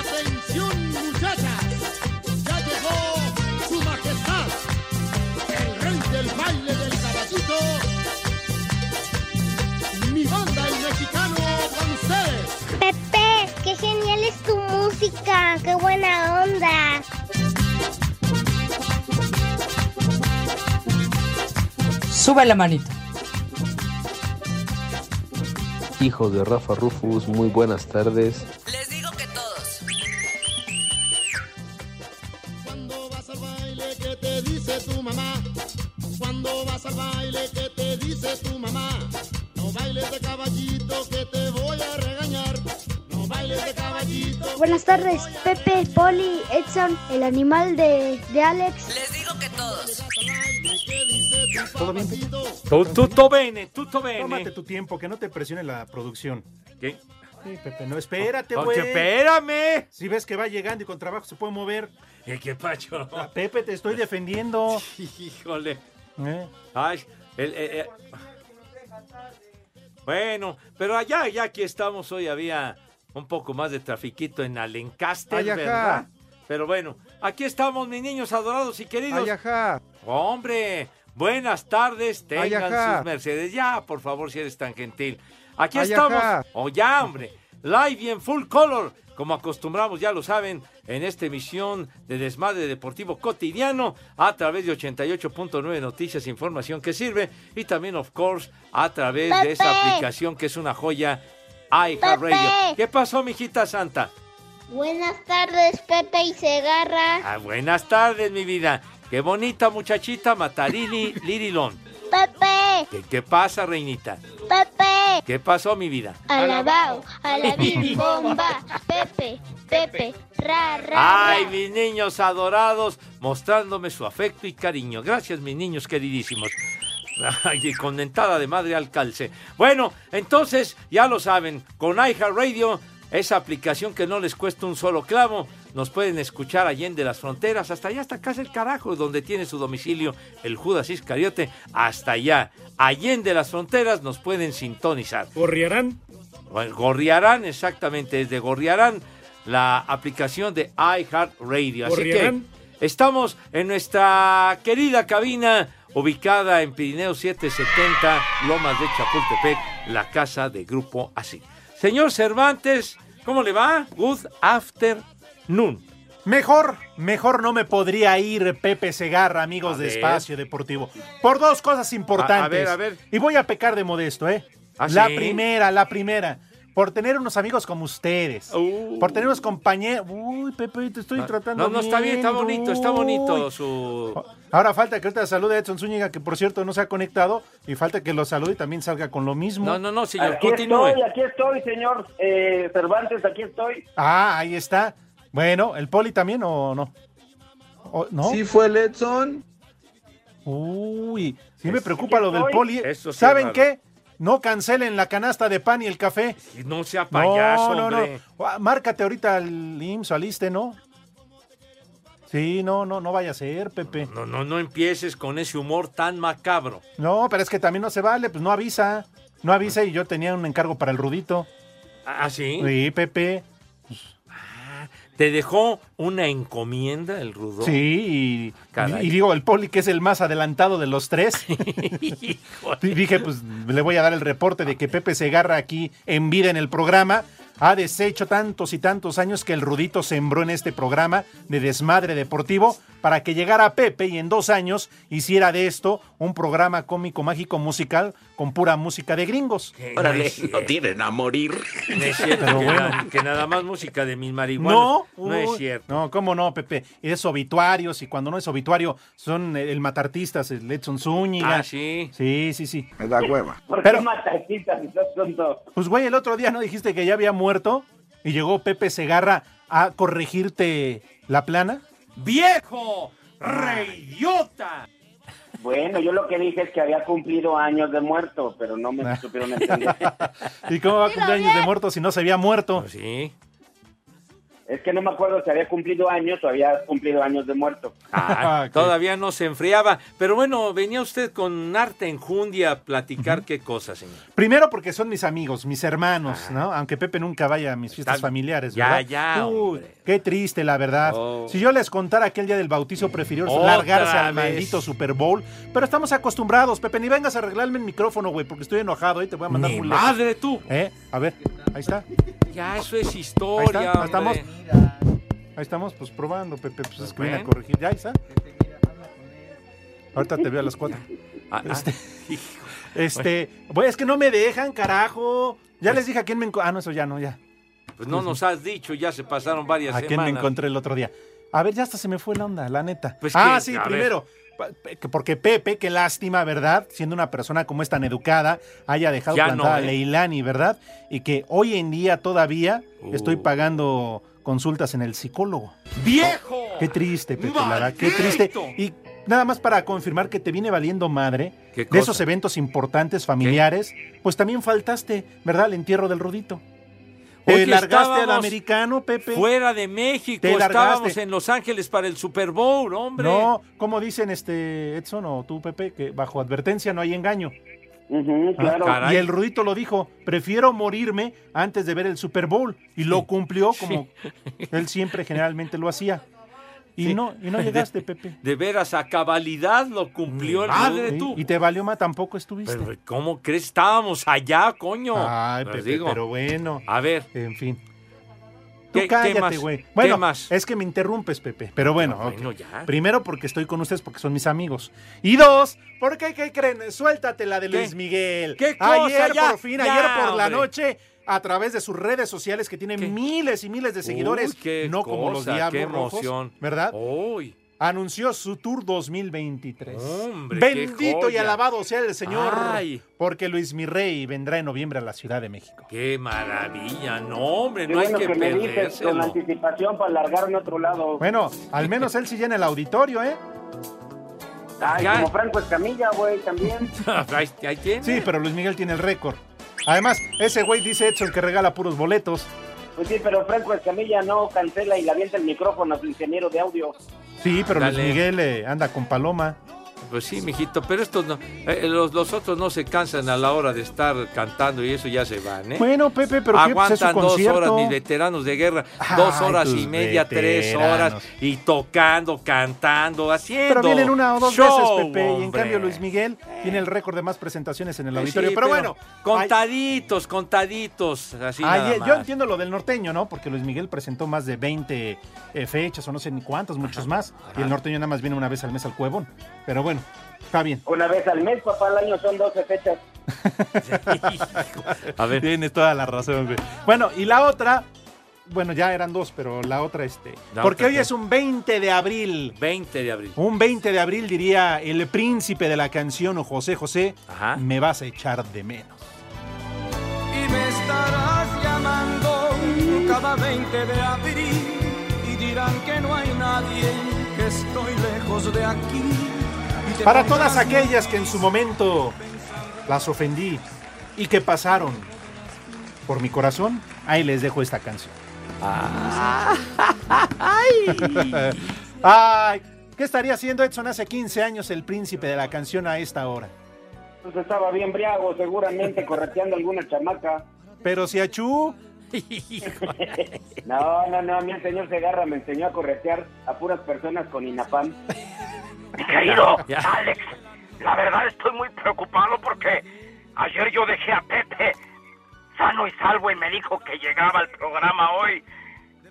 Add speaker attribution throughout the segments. Speaker 1: ¡Atención, muchachas! ¡Ya llegó su majestad! ¡El rey del baile del caballito! ¡Mi banda, el mexicano, con ustedes!
Speaker 2: Pepe, qué genial es tu música, qué buena onda.
Speaker 3: Sube la manito.
Speaker 4: Hijos de Rafa Rufus, muy buenas tardes.
Speaker 3: Les digo que todos.
Speaker 1: Cuando vas al baile, ¿qué te dice tu mamá? Cuando vas al baile, ¿qué te dice tu mamá? No bailes de caballito, que te voy a regañar. No bailes de caballito.
Speaker 5: Buenas tardes, Pepe, Poli, Edson, el animal de, de Alex.
Speaker 3: Les digo que todos.
Speaker 1: ¿Todo bien?
Speaker 6: Tutto bene, tutto
Speaker 7: Tómate
Speaker 6: bene.
Speaker 7: tu tiempo, que no te presione la producción.
Speaker 6: ¿Qué?
Speaker 7: Sí, Pepe, no, espérate,
Speaker 6: Oh,
Speaker 7: güey.
Speaker 6: ¡Espérame!
Speaker 7: Si ves que va llegando y con trabajo se puede mover.
Speaker 6: Eh, ¿Qué pacho?
Speaker 7: A Pepe, te estoy defendiendo.
Speaker 6: Híjole.
Speaker 7: ¿Eh?
Speaker 6: Ay, el- el- el- Bueno, pero allá, ya aquí estamos, hoy había un poco más de trafiquito en Alencaster,
Speaker 8: Ay, ajá.
Speaker 6: ¿verdad? Pero bueno, aquí estamos, mis niños adorados y queridos.
Speaker 8: Ayaja.
Speaker 6: Hombre, buenas tardes, tengan
Speaker 8: ajá.
Speaker 6: sus mercedes. Ya, por favor, si eres tan gentil. Aquí
Speaker 8: Ay,
Speaker 6: estamos.
Speaker 8: ajá.
Speaker 6: O ya, hombre. Live y en full color, como acostumbramos, ya lo saben, en esta emisión de Desmadre Deportivo Cotidiano, a través de 88.9 Noticias, e información que sirve, y también, of course, a través de esa
Speaker 2: Pepe.
Speaker 6: aplicación que es una joya, iHeartRadio.
Speaker 2: Pepe.
Speaker 6: ¿Qué pasó, mijita santa?
Speaker 2: Buenas tardes, Pepe y Segarra.
Speaker 6: Ah, buenas tardes, mi vida. Qué bonita muchachita, Matarini Lirilón.
Speaker 2: Pepe,
Speaker 6: ¿Qué, qué pasa, reinita?
Speaker 2: Pepe.
Speaker 6: ¿Qué pasó, mi vida?
Speaker 2: Alabao, alabim, bomba. Pepe, Pepe, ra, ra. ra.
Speaker 6: Ay, mis niños adorados, mostrándome su afecto y cariño. Gracias, mis niños queridísimos. Ay, y con dentada de madre al calce. Bueno, entonces, ya lo saben, con iHeartRadio, esa aplicación que no les cuesta un solo clavo, nos pueden escuchar allende las fronteras, hasta allá, hasta casa el carajo, donde tiene su domicilio el Judas Iscariote, hasta allá, allende las fronteras, nos pueden sintonizar.
Speaker 7: ¿Correrán?
Speaker 6: Bueno, Gorriarán, exactamente, desde Gorriarán, la aplicación de iHeartRadio. Así que
Speaker 7: Gorriarán.
Speaker 6: estamos en nuestra querida cabina ubicada en Pirineo 770, Lomas de Chapultepec, la casa de Grupo Así. Señor Cervantes, ¿cómo le va? Good afternoon.
Speaker 7: Mejor, mejor no me podría ir Pepe Segarra, amigos
Speaker 6: A
Speaker 7: de
Speaker 6: ver.
Speaker 7: Espacio Deportivo. Por dos cosas importantes.
Speaker 6: A- a ver, a ver.
Speaker 7: Y voy a pecar de modesto, ¿eh?
Speaker 6: ¿Ah,
Speaker 7: la
Speaker 6: sí?
Speaker 7: primera, la primera. Por tener unos amigos como ustedes.
Speaker 6: Uh. Ah,
Speaker 7: Por tener unos compañeros. Uy, Pepe, te estoy tratando.
Speaker 6: No, no, está bien, está bonito, está
Speaker 7: uy.
Speaker 6: bonito su...
Speaker 7: Ahora falta que ahorita salude a Edson Zúñiga, que por cierto no se ha conectado. Y falta que lo salude y también salga con lo mismo.
Speaker 6: No, no, no, señor,
Speaker 9: aquí
Speaker 6: continúe.
Speaker 9: estoy, aquí estoy, señor eh, Cervantes, aquí estoy.
Speaker 7: Ah, ahí está. Bueno, ¿el Poli también o no? ¿O- ¿No?
Speaker 4: Sí fue el Edson.
Speaker 7: Uy, sí me preocupa lo del
Speaker 9: Hoy-
Speaker 7: poli. ¿eh?
Speaker 6: Eso sí,
Speaker 7: ¿Saben
Speaker 6: hermano.
Speaker 7: qué? No cancelen la canasta de pan y el café.
Speaker 6: No sea payaso,
Speaker 7: No, no, no.
Speaker 6: hombre.
Speaker 7: Ah, Márcate ahorita al IMSS o al ISSSTE, E, ¿no? Sí, no, no, no vaya a ser, Pepe.
Speaker 6: No, no, no empieces con ese humor tan macabro.
Speaker 7: No, pero es que también no se vale, pues no avisa. No avisa y yo tenía un encargo para el Rudito.
Speaker 6: ¿Ah, sí?
Speaker 7: Sí, Pepe.
Speaker 6: ¿Te dejó una encomienda el rudo?
Speaker 7: Sí, y,
Speaker 6: Caray.
Speaker 7: y digo, el poli que es el más adelantado de los tres.
Speaker 6: Híjole.
Speaker 7: Y Dije, pues le voy a dar el reporte de que Pepe Segarra aquí en vida en el programa. Ha deshecho tantos y tantos años que el Rudito sembró en este programa de desmadre deportivo para que llegara Pepe y en dos años hiciera de esto un programa cómico, mágico, musical con pura música de gringos.
Speaker 6: No es cierto.
Speaker 4: tienen a morir.
Speaker 6: No es cierto
Speaker 7: Pero
Speaker 6: que,
Speaker 7: bueno.
Speaker 6: na- que nada más música de mis marihuanos.
Speaker 7: No,
Speaker 6: no es
Speaker 7: Uy,
Speaker 6: cierto.
Speaker 7: No, cómo no, Pepe. Es obituarios y cuando no es obituario son eh, el el matartistas, el Edson Zúñiga.
Speaker 6: Ah, sí.
Speaker 7: Sí, sí, sí.
Speaker 8: Me da hueva.
Speaker 9: ¿Por
Speaker 7: Pero-
Speaker 9: qué mataquitas, estás tonto?
Speaker 7: Pues güey, el otro día no dijiste que ya había muerto y llegó Pepe Segarra a corregirte la plana.
Speaker 6: ¡Viejo! ¡Reyota!
Speaker 9: Ah. Bueno, yo lo que dije es que había cumplido años de muerto, pero no
Speaker 6: Ah.
Speaker 9: me supieron entender.
Speaker 7: ¿Y cómo va a cumplir años de muerto si no se había muerto?
Speaker 6: Pues sí.
Speaker 9: Es que no me acuerdo si había cumplido años o había cumplido años de muerto.
Speaker 6: Ah,
Speaker 7: Ah, ok.
Speaker 6: Todavía no se enfriaba. Pero bueno, venía usted con arte enjundia a platicar qué cosa, señor.
Speaker 7: Primero porque son mis amigos, mis hermanos, ¿no? Aunque Pepe nunca vaya a mis fiestas
Speaker 6: Está-
Speaker 7: familiares,
Speaker 6: Ah. Ya,
Speaker 7: ¿verdad?
Speaker 6: ya,
Speaker 7: Uy,
Speaker 6: hombre.
Speaker 7: qué triste, la verdad.
Speaker 6: Oh.
Speaker 7: Si yo les contara aquel día del bautizo, prefiero
Speaker 6: Otra
Speaker 7: largarse al
Speaker 6: vez.
Speaker 7: maldito Super Bowl. Pero estamos acostumbrados, Pepe, ni vengas a arreglarme el micrófono, güey, porque estoy enojado y te voy a mandar
Speaker 6: ¡Mi
Speaker 7: muy lejos.
Speaker 6: madre tú!
Speaker 7: ¿Eh? A ver, ahí está.
Speaker 6: Ya, eso es
Speaker 7: Ahí está,
Speaker 6: historia,
Speaker 7: ahí
Speaker 6: hombre.
Speaker 7: estamos. Ahí estamos, pues probando, Pepe. Pues es que viene a
Speaker 6: Ven.
Speaker 7: corregir. Ya, ahí está. Ahorita te veo a las cuatro.
Speaker 6: Ah, ah.
Speaker 7: Este, este, güey, es que no me dejan, carajo. Ya les dije a quién me encontré. Ah, no, eso ya no, ya.
Speaker 6: Pues no nos has dicho, ya se pasaron varias
Speaker 7: A quién me
Speaker 6: semanas.
Speaker 7: encontré el otro día. A ver, ya hasta se me fue la onda, la neta.
Speaker 6: Pues
Speaker 7: ah,
Speaker 6: que,
Speaker 7: sí,
Speaker 6: a ver.
Speaker 7: primero. pa- pe- que- Porque Pepe, qué lástima, ¿verdad? Siendo una persona como es tan educada, haya dejado
Speaker 6: Ya
Speaker 7: plantada
Speaker 6: no,
Speaker 7: a
Speaker 6: ¿eh?
Speaker 7: Leilani, ¿verdad? Y que hoy en día todavía
Speaker 6: Uh.
Speaker 7: estoy pagando consultas en el psicólogo. Oh,
Speaker 6: ¡Viejo!
Speaker 7: Qué triste, Pepe, la verdad, qué
Speaker 6: ¡Maldito!
Speaker 7: triste. Y nada más para confirmar que te viene valiendo madre
Speaker 6: ¿Qué
Speaker 7: de
Speaker 6: cosa?
Speaker 7: esos eventos importantes familiares, pues también faltaste, ¿verdad? Al entierro del Rudito. Te
Speaker 6: Oye,
Speaker 7: largaste al
Speaker 6: estábamos
Speaker 7: americano, Pepe.
Speaker 6: Fuera de México,
Speaker 7: Te largaste.
Speaker 6: estábamos en Los Ángeles para el Super Bowl, hombre.
Speaker 7: No, como dicen este Edson o tú, Pepe, que bajo advertencia no hay engaño.
Speaker 9: Ujú,
Speaker 7: Ah,
Speaker 9: claro.
Speaker 6: caray.
Speaker 7: Y el Rudito lo dijo, prefiero morirme antes de ver el Super Bowl. Y lo cumplió como él siempre generalmente lo hacía. Y
Speaker 6: Sí.
Speaker 7: no, y no llegaste, Pepe.
Speaker 6: De veras, a cabalidad lo cumplió el
Speaker 7: Sí,
Speaker 6: padre tú.
Speaker 7: Y te valió más, tampoco estuviste.
Speaker 6: Pero, ¿cómo crees? Estábamos allá, coño.
Speaker 7: Ay,
Speaker 6: Les
Speaker 7: Pepe,
Speaker 6: digo.
Speaker 7: pero bueno.
Speaker 6: A ver,
Speaker 7: En fin. Tú
Speaker 6: ¿Qué- qué
Speaker 7: cállate,
Speaker 6: más?
Speaker 7: güey.
Speaker 6: ¿Qué
Speaker 7: Bueno,
Speaker 6: más?
Speaker 7: es que me interrumpes, Pepe. Pero bueno,
Speaker 6: No,
Speaker 7: ok.
Speaker 6: bueno, ya.
Speaker 7: primero porque estoy con ustedes porque son mis amigos. Y dos, porque ¿qué creen? Suéltate la de
Speaker 6: ¿Qué?
Speaker 7: Luis Miguel.
Speaker 6: ¿Qué cosa?
Speaker 7: Ayer
Speaker 6: Ya,
Speaker 7: por fin,
Speaker 6: ya,
Speaker 7: ayer por la
Speaker 6: hombre.
Speaker 7: noche a través de sus redes sociales que tienen
Speaker 6: ¿Qué?
Speaker 7: miles y miles de
Speaker 6: Uy,
Speaker 7: seguidores,
Speaker 6: qué
Speaker 7: no como los
Speaker 6: cosa,
Speaker 7: diablos
Speaker 6: qué
Speaker 7: Rojos,
Speaker 6: emoción.
Speaker 7: ¿verdad?
Speaker 6: Uy,
Speaker 7: anunció su tour 2023.
Speaker 6: Hombre, qué
Speaker 7: Bendito
Speaker 6: joya.
Speaker 7: y alabado sea el Señor,
Speaker 6: Ay.
Speaker 7: porque Luis Mirrey vendrá en noviembre a la Ciudad de México.
Speaker 6: qué maravilla. No, hombre,
Speaker 9: Qué
Speaker 6: no hay
Speaker 9: bueno
Speaker 6: que,
Speaker 9: que me dices con
Speaker 6: perdérselo.
Speaker 9: anticipación para largarme a otro lado.
Speaker 7: Bueno, al menos él sí llena el auditorio, ¿eh?
Speaker 9: Ay,
Speaker 6: ya.
Speaker 9: como Franco Escamilla, güey, también.
Speaker 6: Ahí- ahí tiene.
Speaker 7: Sí, pero Luis Miguel tiene el récord. Además, ese güey dice Edson que regala puros boletos.
Speaker 9: Pues sí, pero Franco Escamilla no cancela y le avienta el micrófono a su ingeniero de audio.
Speaker 7: Sí, pero
Speaker 6: Ándale.
Speaker 7: Luis Miguel eh, anda con paloma.
Speaker 6: Pues sí, mijito, pero estos no, eh, los, los otros no se cansan a la hora de estar cantando y eso ya se van, ¿eh?
Speaker 7: Bueno, Pepe, pero ¿qué pues, es
Speaker 6: Aguantan
Speaker 7: su
Speaker 6: dos horas
Speaker 7: concierto?
Speaker 6: mis veteranos de guerra,
Speaker 7: Ay,
Speaker 6: dos horas
Speaker 7: tus
Speaker 6: y media, tres
Speaker 7: veteranos.
Speaker 6: horas y tocando, cantando, haciendo.
Speaker 7: Pero vienen una o dos
Speaker 6: show,
Speaker 7: veces, Pepe, y en
Speaker 6: hombre. Eh.
Speaker 7: cambio Luis Miguel tiene el récord de más presentaciones en el
Speaker 6: Sí,
Speaker 7: auditorio. pero, bueno, ay-
Speaker 6: contaditos, contaditos, así nada
Speaker 7: ayer-
Speaker 6: más.
Speaker 7: eh, yo entiendo lo del norteño, ¿no? Porque Luis Miguel presentó más de 20 eh, fechas o no sé ni cuántos, muchos más. Y el norteño nada más viene una vez al mes al cuevón. Pero bueno, está bien.
Speaker 9: Una vez al mes, papá, al año son 12 fechas.
Speaker 6: A ver,
Speaker 7: Tienes toda la razón, güey. Bueno, y la otra, bueno, ya eran dos, pero la otra, este.
Speaker 6: La
Speaker 7: porque
Speaker 6: otra,
Speaker 7: hoy
Speaker 6: ¿qué?
Speaker 7: es un 20 de abril.
Speaker 6: 20 de abril.
Speaker 7: Un 20 de abril diría el príncipe de la canción José José,
Speaker 6: Ajá.
Speaker 7: me vas a echar de menos.
Speaker 10: Y me estarás llamando cada 20 de abril y dirán que no hay nadie, que estoy lejos de aquí. Y te
Speaker 7: Para
Speaker 10: pondrás
Speaker 7: todas aquellas que en su momento las ofendí y que pasaron por mi corazón, ahí les dejo esta canción. Ay, ¿qué estaría haciendo Edson hace 15 años el príncipe de la canción a esta hora?
Speaker 9: Pues estaba bien briago, seguramente correteando alguna chamaca.
Speaker 7: Pero si a Chu
Speaker 9: No, no, no, a mí el señor Segarra me enseñó a corretear a puras personas con INAPAM.
Speaker 1: Mi querido
Speaker 6: Ya.
Speaker 1: Alex, la verdad estoy muy preocupado porque ayer yo dejé a Pepe sano y salvo y me dijo que llegaba al programa hoy.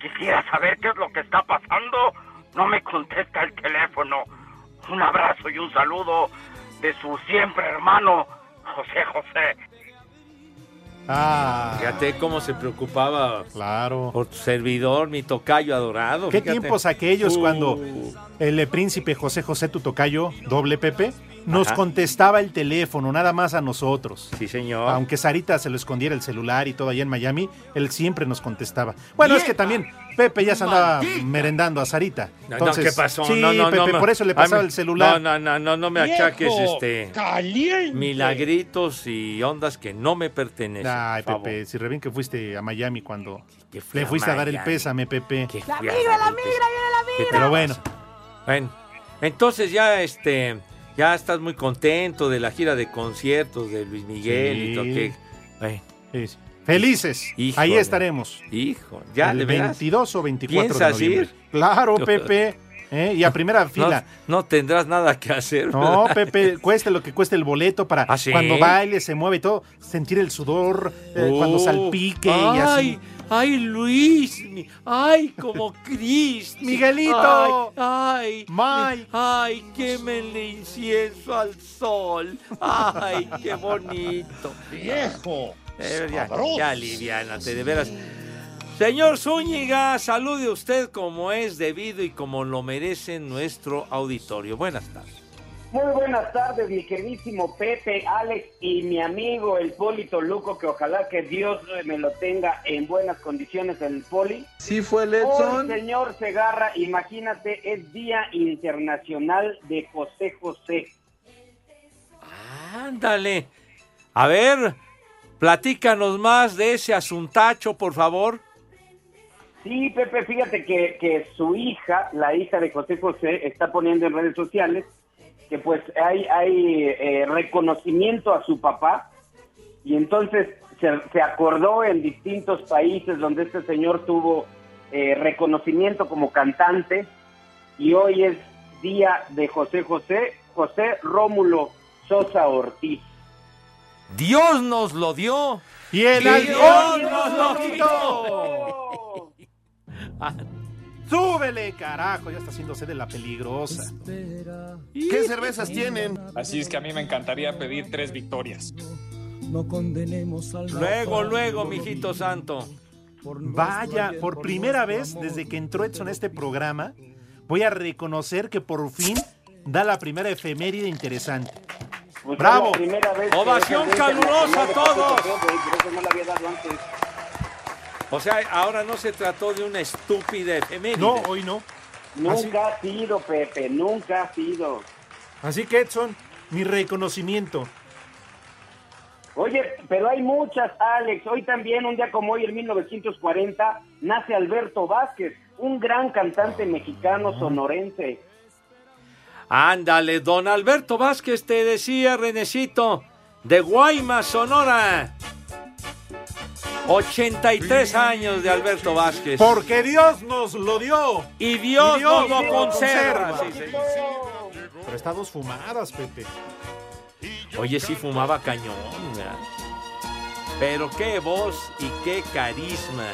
Speaker 1: Quisiera saber qué es lo que está pasando. No me contesta el teléfono. Un abrazo y un saludo de su siempre hermano José José.
Speaker 7: Ah,
Speaker 6: Fíjate cómo se preocupaba
Speaker 7: claro.
Speaker 6: por tu servidor, mi tocayo adorado.
Speaker 7: ¿Qué
Speaker 6: fíjate.
Speaker 7: tiempos aquellos
Speaker 6: Uh,
Speaker 7: cuando el príncipe José José tu tocayo, doble Pepe, nos
Speaker 6: Ajá.
Speaker 7: contestaba el teléfono, nada más a nosotros.
Speaker 6: Sí, señor.
Speaker 7: Aunque Sarita se lo escondiera el celular y todo allá en Miami, él siempre nos contestaba. Bueno, es que también Pepe ya se andaba merendando a Sarita.
Speaker 6: No,
Speaker 7: Entonces,
Speaker 6: no, ¿qué pasó?
Speaker 7: Sí,
Speaker 6: no, no, no,
Speaker 7: Pepe,
Speaker 6: me-
Speaker 7: por eso le pasaba
Speaker 6: Ay,
Speaker 7: el celular.
Speaker 6: No, no, no, no, no me achaques
Speaker 7: Viejo
Speaker 6: este.
Speaker 7: caliente.
Speaker 6: Milagritos y ondas que no me pertenecen.
Speaker 7: Ay,
Speaker 6: por
Speaker 7: Pepe, si re bien que fuiste a Miami cuando
Speaker 6: fui
Speaker 7: le
Speaker 6: a
Speaker 7: fuiste a, dar el
Speaker 6: Miami.
Speaker 7: pésame, Pepe.
Speaker 6: favor. Ya, ¿qué te
Speaker 7: Pero bueno,
Speaker 6: pasa? Bueno, entonces ya este ya estás muy contento de la gira de conciertos de Luis Miguel y
Speaker 7: Sí.
Speaker 6: todo que bueno.
Speaker 7: felices.
Speaker 6: Híjole.
Speaker 7: Ahí estaremos.
Speaker 6: Hijo, ya
Speaker 7: el
Speaker 6: de veras.
Speaker 7: 22 o 24 de
Speaker 6: ¿Piensas ir?
Speaker 7: noviembre. Claro, Pepe. ¿eh? Y a primera
Speaker 6: No,
Speaker 7: fila.
Speaker 6: no tendrás nada que hacer.
Speaker 7: No,
Speaker 6: ¿verdad?
Speaker 7: Pepe, cueste lo que cueste el boleto para
Speaker 6: sí?
Speaker 7: cuando baile, se mueve y todo, sentir el sudor, eh, cuando
Speaker 6: Oh,
Speaker 7: salpique y
Speaker 6: ay,
Speaker 7: así.
Speaker 6: ay, Luis, mi- ay, como Cris.
Speaker 7: Miguelito.
Speaker 6: ay, ay,
Speaker 7: Mike.
Speaker 6: ay, quémenle incienso al sol, ay, qué bonito.
Speaker 1: Viejo.
Speaker 6: Eh, ya,
Speaker 1: sabroso.
Speaker 6: ya, aliviánate, de veras. Señor Zúñiga, salude usted como es debido y como lo merece nuestro auditorio. Buenas tardes.
Speaker 9: Muy buenas tardes, mi queridísimo Pepe, Alex y mi amigo el Poli Toluco, que ojalá que Dios me lo tenga en buenas condiciones el Poli.
Speaker 11: Sí fue el
Speaker 9: Hoy,
Speaker 11: Edson.
Speaker 9: señor Segarra, imagínate, es Día Internacional de José José.
Speaker 6: Ándale. A ver, platícanos más de ese asuntacho, por favor.
Speaker 9: Sí, Pepe, fíjate que, que su hija, la hija de José José, está poniendo en redes sociales que pues hay, hay eh, reconocimiento a su papá y entonces se, se acordó en distintos países donde este señor tuvo eh, reconocimiento como cantante y hoy es día de José José, José Rómulo Sosa Ortiz.
Speaker 6: Dios nos lo dio.
Speaker 7: Y el
Speaker 6: Dios
Speaker 7: alcohol
Speaker 6: nos lo quitó.
Speaker 7: ¡Súbele, carajo! Ya está haciéndose de la peligrosa.
Speaker 12: ¿Qué cervezas tienen? Así es que a mí me encantaría pedir tres victorias.
Speaker 13: No condenemos al
Speaker 6: Luego, luego, mijito santo.
Speaker 7: Vaya, por primera vez desde que entró Edson a este programa, voy a reconocer que por fin da la primera efeméride interesante.
Speaker 9: Pues,
Speaker 7: ¡Bravo!
Speaker 9: la primera vez que
Speaker 6: Ovación
Speaker 9: es el Día
Speaker 6: calurosa a
Speaker 9: Internacional de José
Speaker 6: todos.
Speaker 9: José, güey, por eso no la había dado antes.
Speaker 6: O sea, ahora no se trató de una Eh, estúpida efeméride.
Speaker 7: No, hoy no. Ah,
Speaker 9: Nunca ha sido, Pepe, nunca ha sido.
Speaker 7: Así que Edson, mi reconocimiento.
Speaker 9: Oye, pero hay muchas, Alex. Hoy también, un día como hoy, en 1940, nace Alberto Vázquez, un gran cantante mexicano
Speaker 7: Ah.
Speaker 9: sonorense.
Speaker 6: Ándale, don Alberto Vázquez te decía, Renecito, de Guaymas, Sonora. 83 años de Alberto Vázquez.
Speaker 7: Porque Dios nos lo dio.
Speaker 6: Y Dios,
Speaker 7: Y
Speaker 6: nos
Speaker 7: Dios
Speaker 6: lo
Speaker 7: nos
Speaker 6: conserva.
Speaker 7: conserva.
Speaker 6: Sí, sí.
Speaker 7: Pero está dos fumadas, Pepe.
Speaker 6: Oye, sí fumaba cañón, ¿verdad? Pero qué voz y qué carisma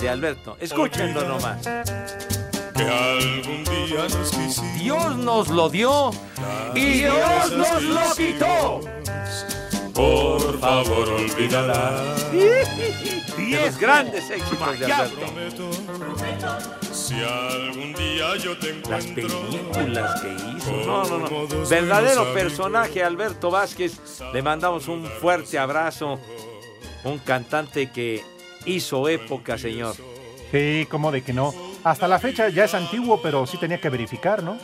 Speaker 6: de Alberto. Escúchenlo nomás.
Speaker 1: Que algún día nos quisimos.
Speaker 6: Dios nos lo dio y Dios nos lo quitó.
Speaker 1: Por favor, olvídala.
Speaker 6: Diez grandes éxitos de Alberto.
Speaker 1: Si algún día yo te
Speaker 6: Las
Speaker 1: encuentro.
Speaker 6: películas que hizo. No, no, no. Verdadero personaje Alberto Vázquez. Le mandamos un fuerte abrazo. Un cantante que hizo época, señor.
Speaker 7: Sí, cómo de que no. Hasta la fecha ya es antiguo, pero sí tenía que verificar, ¿no?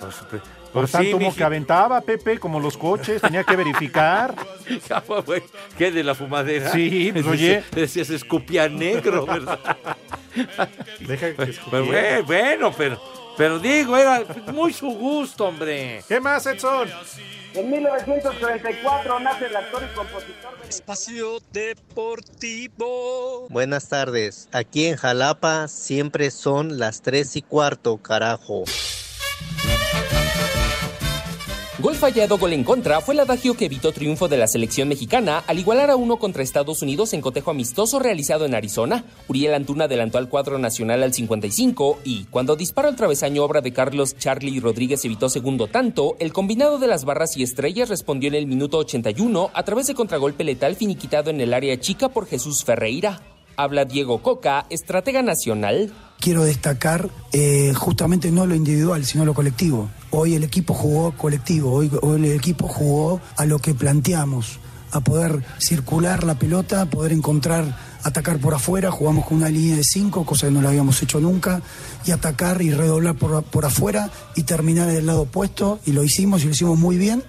Speaker 7: Por
Speaker 6: Pues sí,
Speaker 7: tanto humo
Speaker 6: mijito.
Speaker 7: que aventaba, Pepe, como los coches, tenía que verificar.
Speaker 6: Ya fue, güey. ¿Qué de la fumadera?
Speaker 7: Sí, pues, oye.
Speaker 6: Decías escupía negro, ¿verdad?
Speaker 7: Deja que
Speaker 6: Pues, güey, bueno, pero, pero digo, era muy su gusto, hombre.
Speaker 7: ¿Qué más, Edson?
Speaker 9: En 1934 nace el actor y compositor.
Speaker 1: Espacio deportivo.
Speaker 14: Buenas tardes. Aquí en Jalapa siempre son las 3 y cuarto, carajo.
Speaker 15: Gol fallado, gol en contra fue el adagio que evitó triunfo de la selección mexicana al igualar a uno contra Estados Unidos en cotejo amistoso realizado en Arizona. Uriel Antuna adelantó al cuadro nacional al 55 y, cuando disparó al travesaño obra de Carlos Charlie Rodríguez evitó segundo tanto, el combinado de las barras y estrellas respondió en el minuto 81 a través de contragolpe letal finiquitado en el área chica por Jesús Ferreira. Habla Diego Coca, estratega nacional.
Speaker 13: Quiero destacar eh, justamente no lo individual, sino lo colectivo. Hoy el equipo jugó colectivo, hoy, hoy el equipo jugó a lo que planteamos, a poder circular la pelota, a poder encontrar, atacar por afuera, jugamos con una línea de cinco, cosa que no la habíamos hecho nunca, y atacar y redoblar por, por afuera y terminar en el lado opuesto, y lo hicimos y lo hicimos muy bien.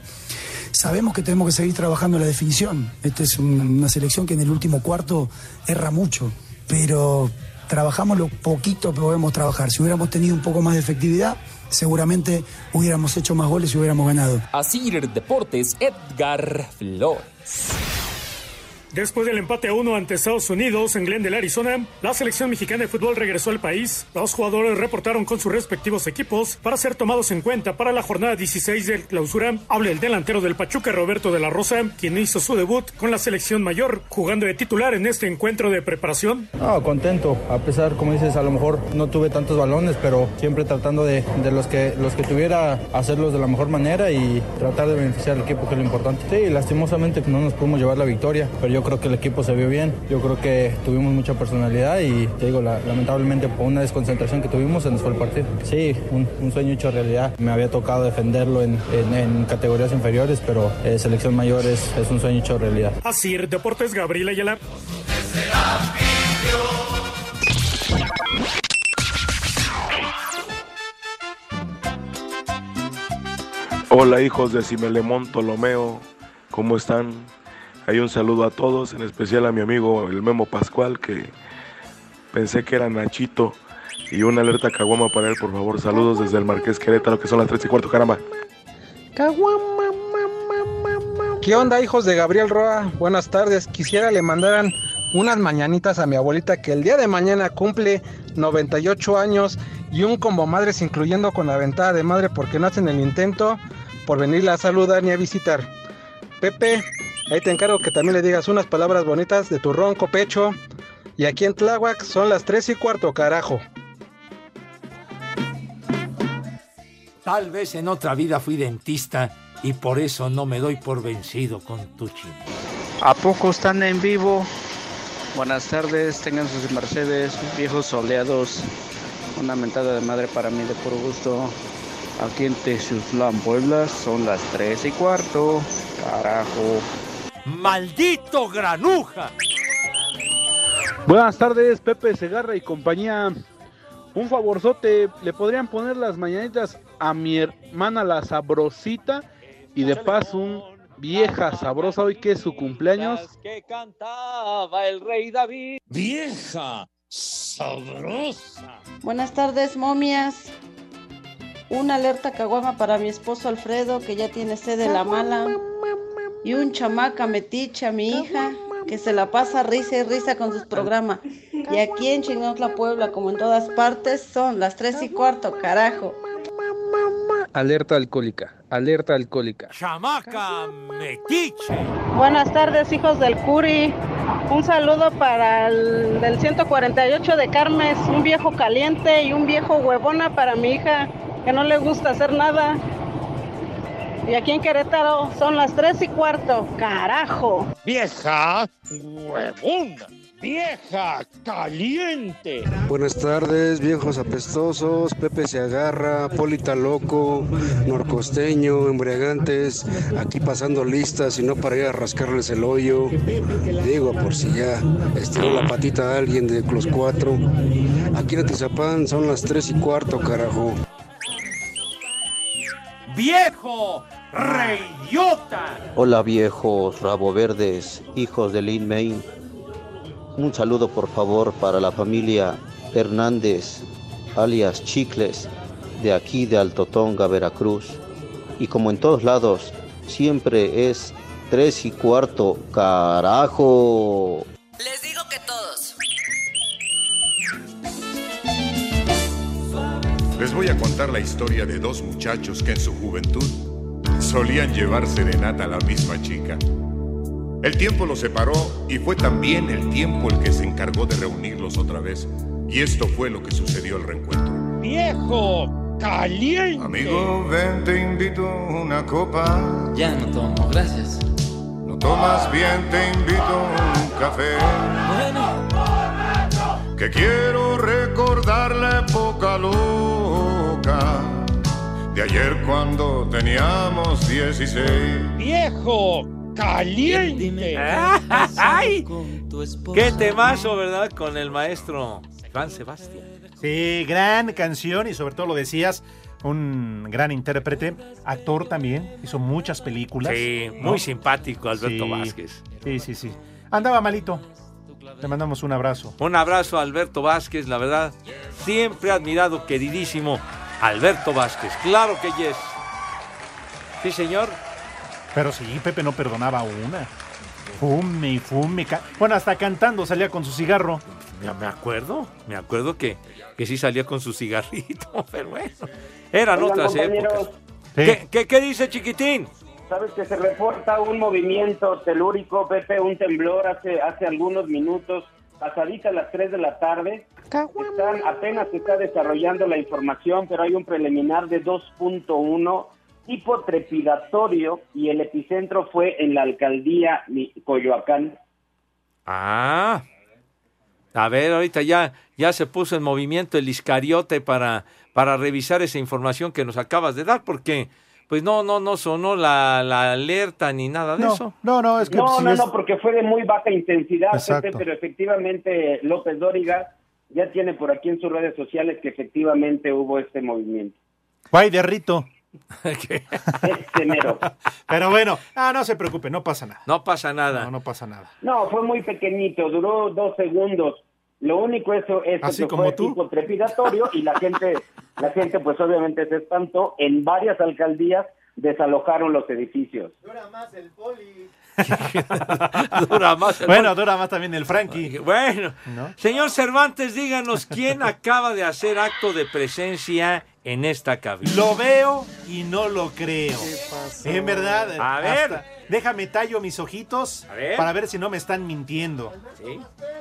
Speaker 13: Sabemos que tenemos que seguir trabajando la definición. Esta es un- una selección que en el último cuarto erra mucho, pero trabajamos lo poquito que podemos trabajar. Si hubiéramos tenido un poco más de efectividad, seguramente hubiéramos hecho más goles y hubiéramos ganado.
Speaker 11: Así Deportes, Edgar Flores.
Speaker 16: Después del empate a uno ante Estados Unidos en Glendale, Arizona, la selección mexicana de fútbol regresó al país. Los jugadores reportaron con sus respectivos equipos para ser tomados en cuenta para la jornada 16 del clausura. Habla el delantero del Pachuca, Roberto de la Rosa, quien hizo su debut con la selección mayor, jugando de titular en este encuentro de preparación.
Speaker 17: No, Ah, contento, a pesar, como dices, a lo mejor no tuve tantos balones, pero siempre tratando de, de los, que, los que tuviera, hacerlos de la mejor manera y tratar de beneficiar al equipo, que es lo importante. Sí, lastimosamente pues, no nos pudimos llevar la victoria, pero yo creo que el equipo se vio bien, yo creo que tuvimos mucha personalidad y, te digo, la- lamentablemente por una desconcentración que tuvimos se nos fue el partido. Sí, un, un sueño hecho realidad, me había tocado defenderlo en, en- en categorías inferiores, pero eh, selección mayor es, es un sueño hecho realidad.
Speaker 16: Así, Deportes Gabriela Ayala.
Speaker 8: Hola hijos de Simelemón Ptolomeo, ¿cómo están? Hay un saludo a todos, en especial a mi amigo el Memo Pascual, que pensé que era Nachito, y una alerta caguama para él, por favor. Saludos desde el Marqués Querétaro, que son las 3 y cuarto, caramba.
Speaker 4: ¿Qué onda, hijos de Gabriel Roa? Buenas tardes. Quisiera le mandaran unas mañanitas a mi abuelita que el día de mañana cumple 98 años y un combo madres, incluyendo con la ventada de madre, porque no hacen el intento por venirla a saludar ni a visitar. Pepe, ahí te encargo que también le digas unas palabras bonitas de tu ronco pecho. Y aquí en Tláhuac son las 3 y cuarto, carajo.
Speaker 6: Tal vez en otra vida fui dentista y por eso no me doy por vencido con tu chino.
Speaker 18: ¿A poco están en vivo? Buenas tardes, tengan sus mercedes, viejos soleados. Una mentada de madre para mí de puro gusto. Aquí en Teciutlán, Puebla, son las 3 y cuarto. Carajo.
Speaker 6: ¡Maldito granuja!
Speaker 19: Buenas tardes, Pepe Segarra y compañía. Un favorzote, le podrían poner las mañanitas a mi hermana la sabrosita y de paso un vieja sabrosa hoy que es su cumpleaños.
Speaker 20: que cantaba el rey David.
Speaker 19: Vieja sabrosa.
Speaker 21: Buenas tardes, momias. Una alerta caguama para mi esposo Alfredo, que ya tiene sed de la mala. Y un chamaca metiche a mi hija, que se la pasa risa y risa con sus programas. Y aquí en Chingotla, Puebla, como en todas partes, son las tres y cuarto, carajo.
Speaker 18: Alerta alcohólica, alerta alcohólica.
Speaker 6: ¡Chamaca metiche!
Speaker 22: Buenas tardes, hijos del Curi. Un saludo para el del 148 de Carmes, un viejo caliente y un viejo huevona para mi hija, que no le gusta hacer nada. Y aquí en Querétaro son las 3 y cuarto. ¡Carajo!
Speaker 1: Vieja huevona, vieja caliente.
Speaker 23: Buenas tardes, viejos apestosos, Pepe se agarra, Polita loco, norcosteño, embriagantes, aquí pasando listas y no para ir a rascarles el hoyo. Digo, por si ya estiró la patita a alguien de los cuatro. Aquí en Atizapán son las tres y cuarto, carajo.
Speaker 6: ¡Viejo reyota!
Speaker 14: Hola viejos rabo verdes, hijos del Lin Main. Un saludo por favor para la familia Hernández, alias Chicles, de aquí de Altotonga, Veracruz. Y como en todos lados, siempre es tres y cuarto, carajo.
Speaker 2: Les digo que todos.
Speaker 24: Les voy a contar la historia de dos muchachos que en su juventud solían llevar serenata a la misma chica. El tiempo los separó y fue también el tiempo el que se encargó de reunirlos otra vez. Y esto fue lo que sucedió al reencuentro.
Speaker 1: Viejo caliente.
Speaker 24: Amigo, ven, te invito a una copa. Ya no tomo, gracias. No tomas bien, te invito a un café. Que quiero recordar la época loca de ayer cuando teníamos 16.
Speaker 1: viejo caliente.
Speaker 6: ¡Ay! ¡Qué temazo, verdad? Con el maestro Juan Sebastián.
Speaker 7: Sí, gran canción y sobre todo lo decías, un gran intérprete, actor también, hizo muchas películas.
Speaker 6: Sí,
Speaker 7: ¿no?
Speaker 6: muy simpático Alberto
Speaker 7: Sí.
Speaker 6: Vázquez.
Speaker 7: Sí, sí, sí. Andaba malito. Te mandamos un abrazo.
Speaker 6: Un abrazo a Alberto Vázquez, la verdad, siempre admirado, queridísimo Alberto Vázquez. Claro que yes. Sí, señor.
Speaker 7: Pero sí, Pepe no perdonaba una. Fume y fume. ca- Bueno, hasta cantando salía con su cigarro.
Speaker 6: Ya me acuerdo, me acuerdo que, que sí salía con su cigarrito, pero bueno, eran
Speaker 9: Oigan,
Speaker 6: otras
Speaker 9: compañeros.
Speaker 6: épocas. ¿Qué, qué, qué dice Chiquitín?
Speaker 9: Sabes que se reporta un movimiento telúrico, Pepe, un temblor hace, hace algunos minutos, pasadita las 3 de la tarde. Están, apenas se está desarrollando la información, pero hay un preliminar de 2.1 tipo trepidatorio y el epicentro fue en la alcaldía Mi- Coyoacán.
Speaker 6: Ah, a ver, ahorita ya, ya se puso en movimiento el Iscariote para, para revisar esa información que nos acabas de dar, porque pues no, no, no sonó la, la alerta ni nada de eso.
Speaker 7: No, no, es
Speaker 6: que
Speaker 9: No,
Speaker 6: si
Speaker 9: no,
Speaker 6: es-
Speaker 9: no, porque fue de muy baja intensidad,
Speaker 6: Exacto.
Speaker 9: Pepe, pero efectivamente López Dóriga ya tiene por aquí en sus redes sociales que efectivamente hubo este movimiento.
Speaker 7: Guay de rito.
Speaker 9: Este mero.
Speaker 7: Pero bueno, ah, no se preocupe, no pasa nada.
Speaker 6: No pasa nada.
Speaker 7: No, no pasa nada.
Speaker 9: No, fue muy pequeñito, duró dos segundos. Lo único eso es
Speaker 7: Así
Speaker 9: que
Speaker 7: como
Speaker 9: fue
Speaker 7: tú.
Speaker 9: tipo trepidatorio y la gente, la gente pues obviamente se espantó. En varias alcaldías desalojaron los edificios.
Speaker 6: dura más. el-
Speaker 7: Bueno, dura más también el Frankie.
Speaker 6: Bueno,
Speaker 7: ¿No?
Speaker 6: señor Cervantes, díganos quién acaba de hacer acto de presencia en esta cabina.
Speaker 7: Lo veo y no lo creo. En verdad.
Speaker 6: A ver.
Speaker 7: hasta- déjame tallo mis ojitos
Speaker 6: ver.
Speaker 7: para ver si no me están mintiendo.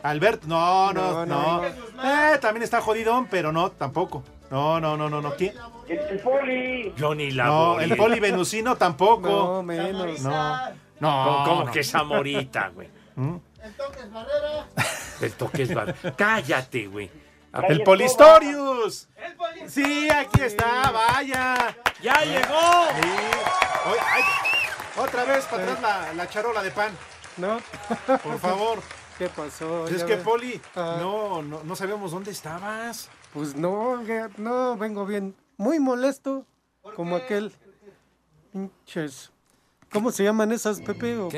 Speaker 7: Alberto, no, no, no. Eh, también está jodidón, pero no, tampoco. No, no, no, no, no. ¿Quién?
Speaker 9: El poli.
Speaker 6: Johnny
Speaker 7: No,
Speaker 6: Labori.
Speaker 7: el poli venusino tampoco.
Speaker 6: No,
Speaker 7: menos. No, no.
Speaker 6: ¿Cómo, cómo
Speaker 7: no. ¿Mm?
Speaker 6: que Zamorita, güey? El toque es bar- Cállate, güey.
Speaker 7: El Polistorius. Sí, aquí está, vaya.
Speaker 6: Ya llegó.
Speaker 7: Oye, ay, otra vez para atrás la, la charola de pan.
Speaker 25: No.
Speaker 7: Por favor.
Speaker 25: ¿Qué pasó?
Speaker 7: es
Speaker 25: Ya
Speaker 7: que,
Speaker 25: ves.
Speaker 7: Poli,
Speaker 25: Ah.
Speaker 7: no, no, no sabíamos dónde estabas.
Speaker 25: Pues no, que- no, vengo bien. Muy molesto, como aquel. Pinches. ¿Cómo se llaman esas, Pepe? O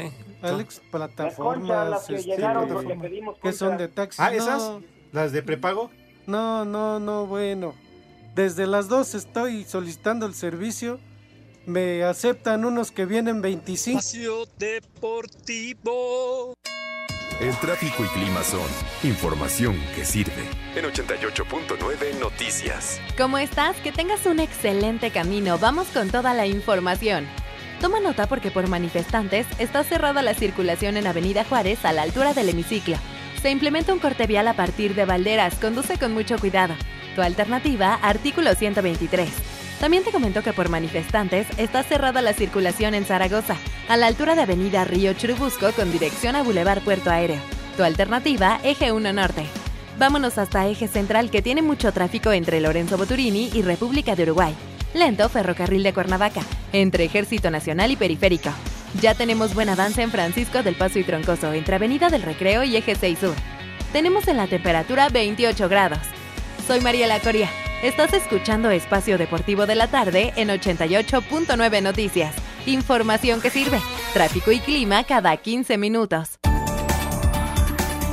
Speaker 25: Alex, plataformas.
Speaker 9: las que
Speaker 25: este,
Speaker 9: llegaron porque pedimos
Speaker 25: que son
Speaker 9: conchas.
Speaker 25: de taxi.
Speaker 7: Ah,
Speaker 25: No,
Speaker 7: ¿esas? ¿Las de prepago?
Speaker 25: No, no, no, bueno. Desde las dos estoy solicitando el servicio. Me aceptan unos que vienen 25.
Speaker 26: El tráfico y clima son información que sirve. En 88.9 Noticias.
Speaker 3: ¿Cómo estás? Que tengas un excelente camino. Vamos con toda la información. Toma nota porque por manifestantes está cerrada la circulación en Avenida Juárez a la altura del hemiciclo. Se implementa un corte vial a partir de Valderas. Conduce con mucho cuidado. Tu alternativa, artículo 123. También te comento que por manifestantes está cerrada la circulación en Zaragoza, a la altura de Avenida Río Churubusco con dirección a Boulevard Puerto Aéreo. Tu alternativa, Eje 1 Norte. Vámonos hasta Eje Central que tiene mucho tráfico entre Lorenzo Boturini y República de Uruguay. Lento ferrocarril de Cuernavaca, entre Ejército Nacional y Periférico. Ya tenemos buen avance en Francisco del Paso y Troncoso, entre Avenida del Recreo y Eje 6 Sur. Tenemos en la temperatura 28 grados. Soy Mariela Coria. Estás escuchando Espacio Deportivo de la Tarde en 88.9 Noticias. Información que sirve. Tráfico y clima cada 15 minutos.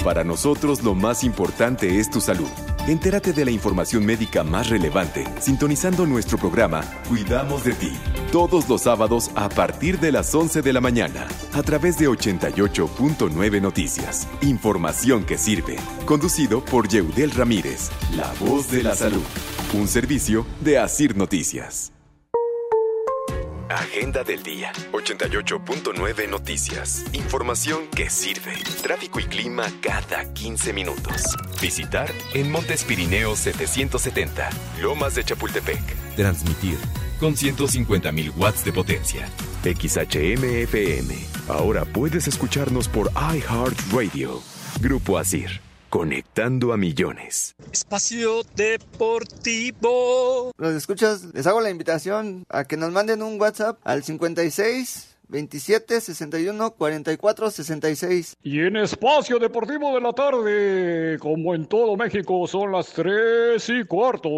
Speaker 26: Para nosotros lo más importante es tu salud. Entérate de la información médica más relevante sintonizando nuestro programa Cuidamos de ti. Todos los sábados a partir de las 11 de la mañana a través de 88.9 Noticias. Información que sirve. Conducido por Yeudel Ramírez, la voz de la salud. Un servicio de Asir Noticias. Agenda del día. 88.9 Noticias. Información que sirve. Tráfico y clima cada 15 minutos. Visitar en Montes Pirineos 770, Lomas de Chapultepec. Transmitir con 150.000 watts de potencia. XHMFM. Ahora puedes escucharnos por iHeartRadio. Grupo Asir. Conectando a millones.
Speaker 27: Espacio Deportivo.
Speaker 7: Los escuchas, les hago la invitación a que nos manden un WhatsApp al 56 27 61 44 66.
Speaker 28: Y en Espacio Deportivo de la Tarde, Eh, como en todo México, son las 3 y cuarto.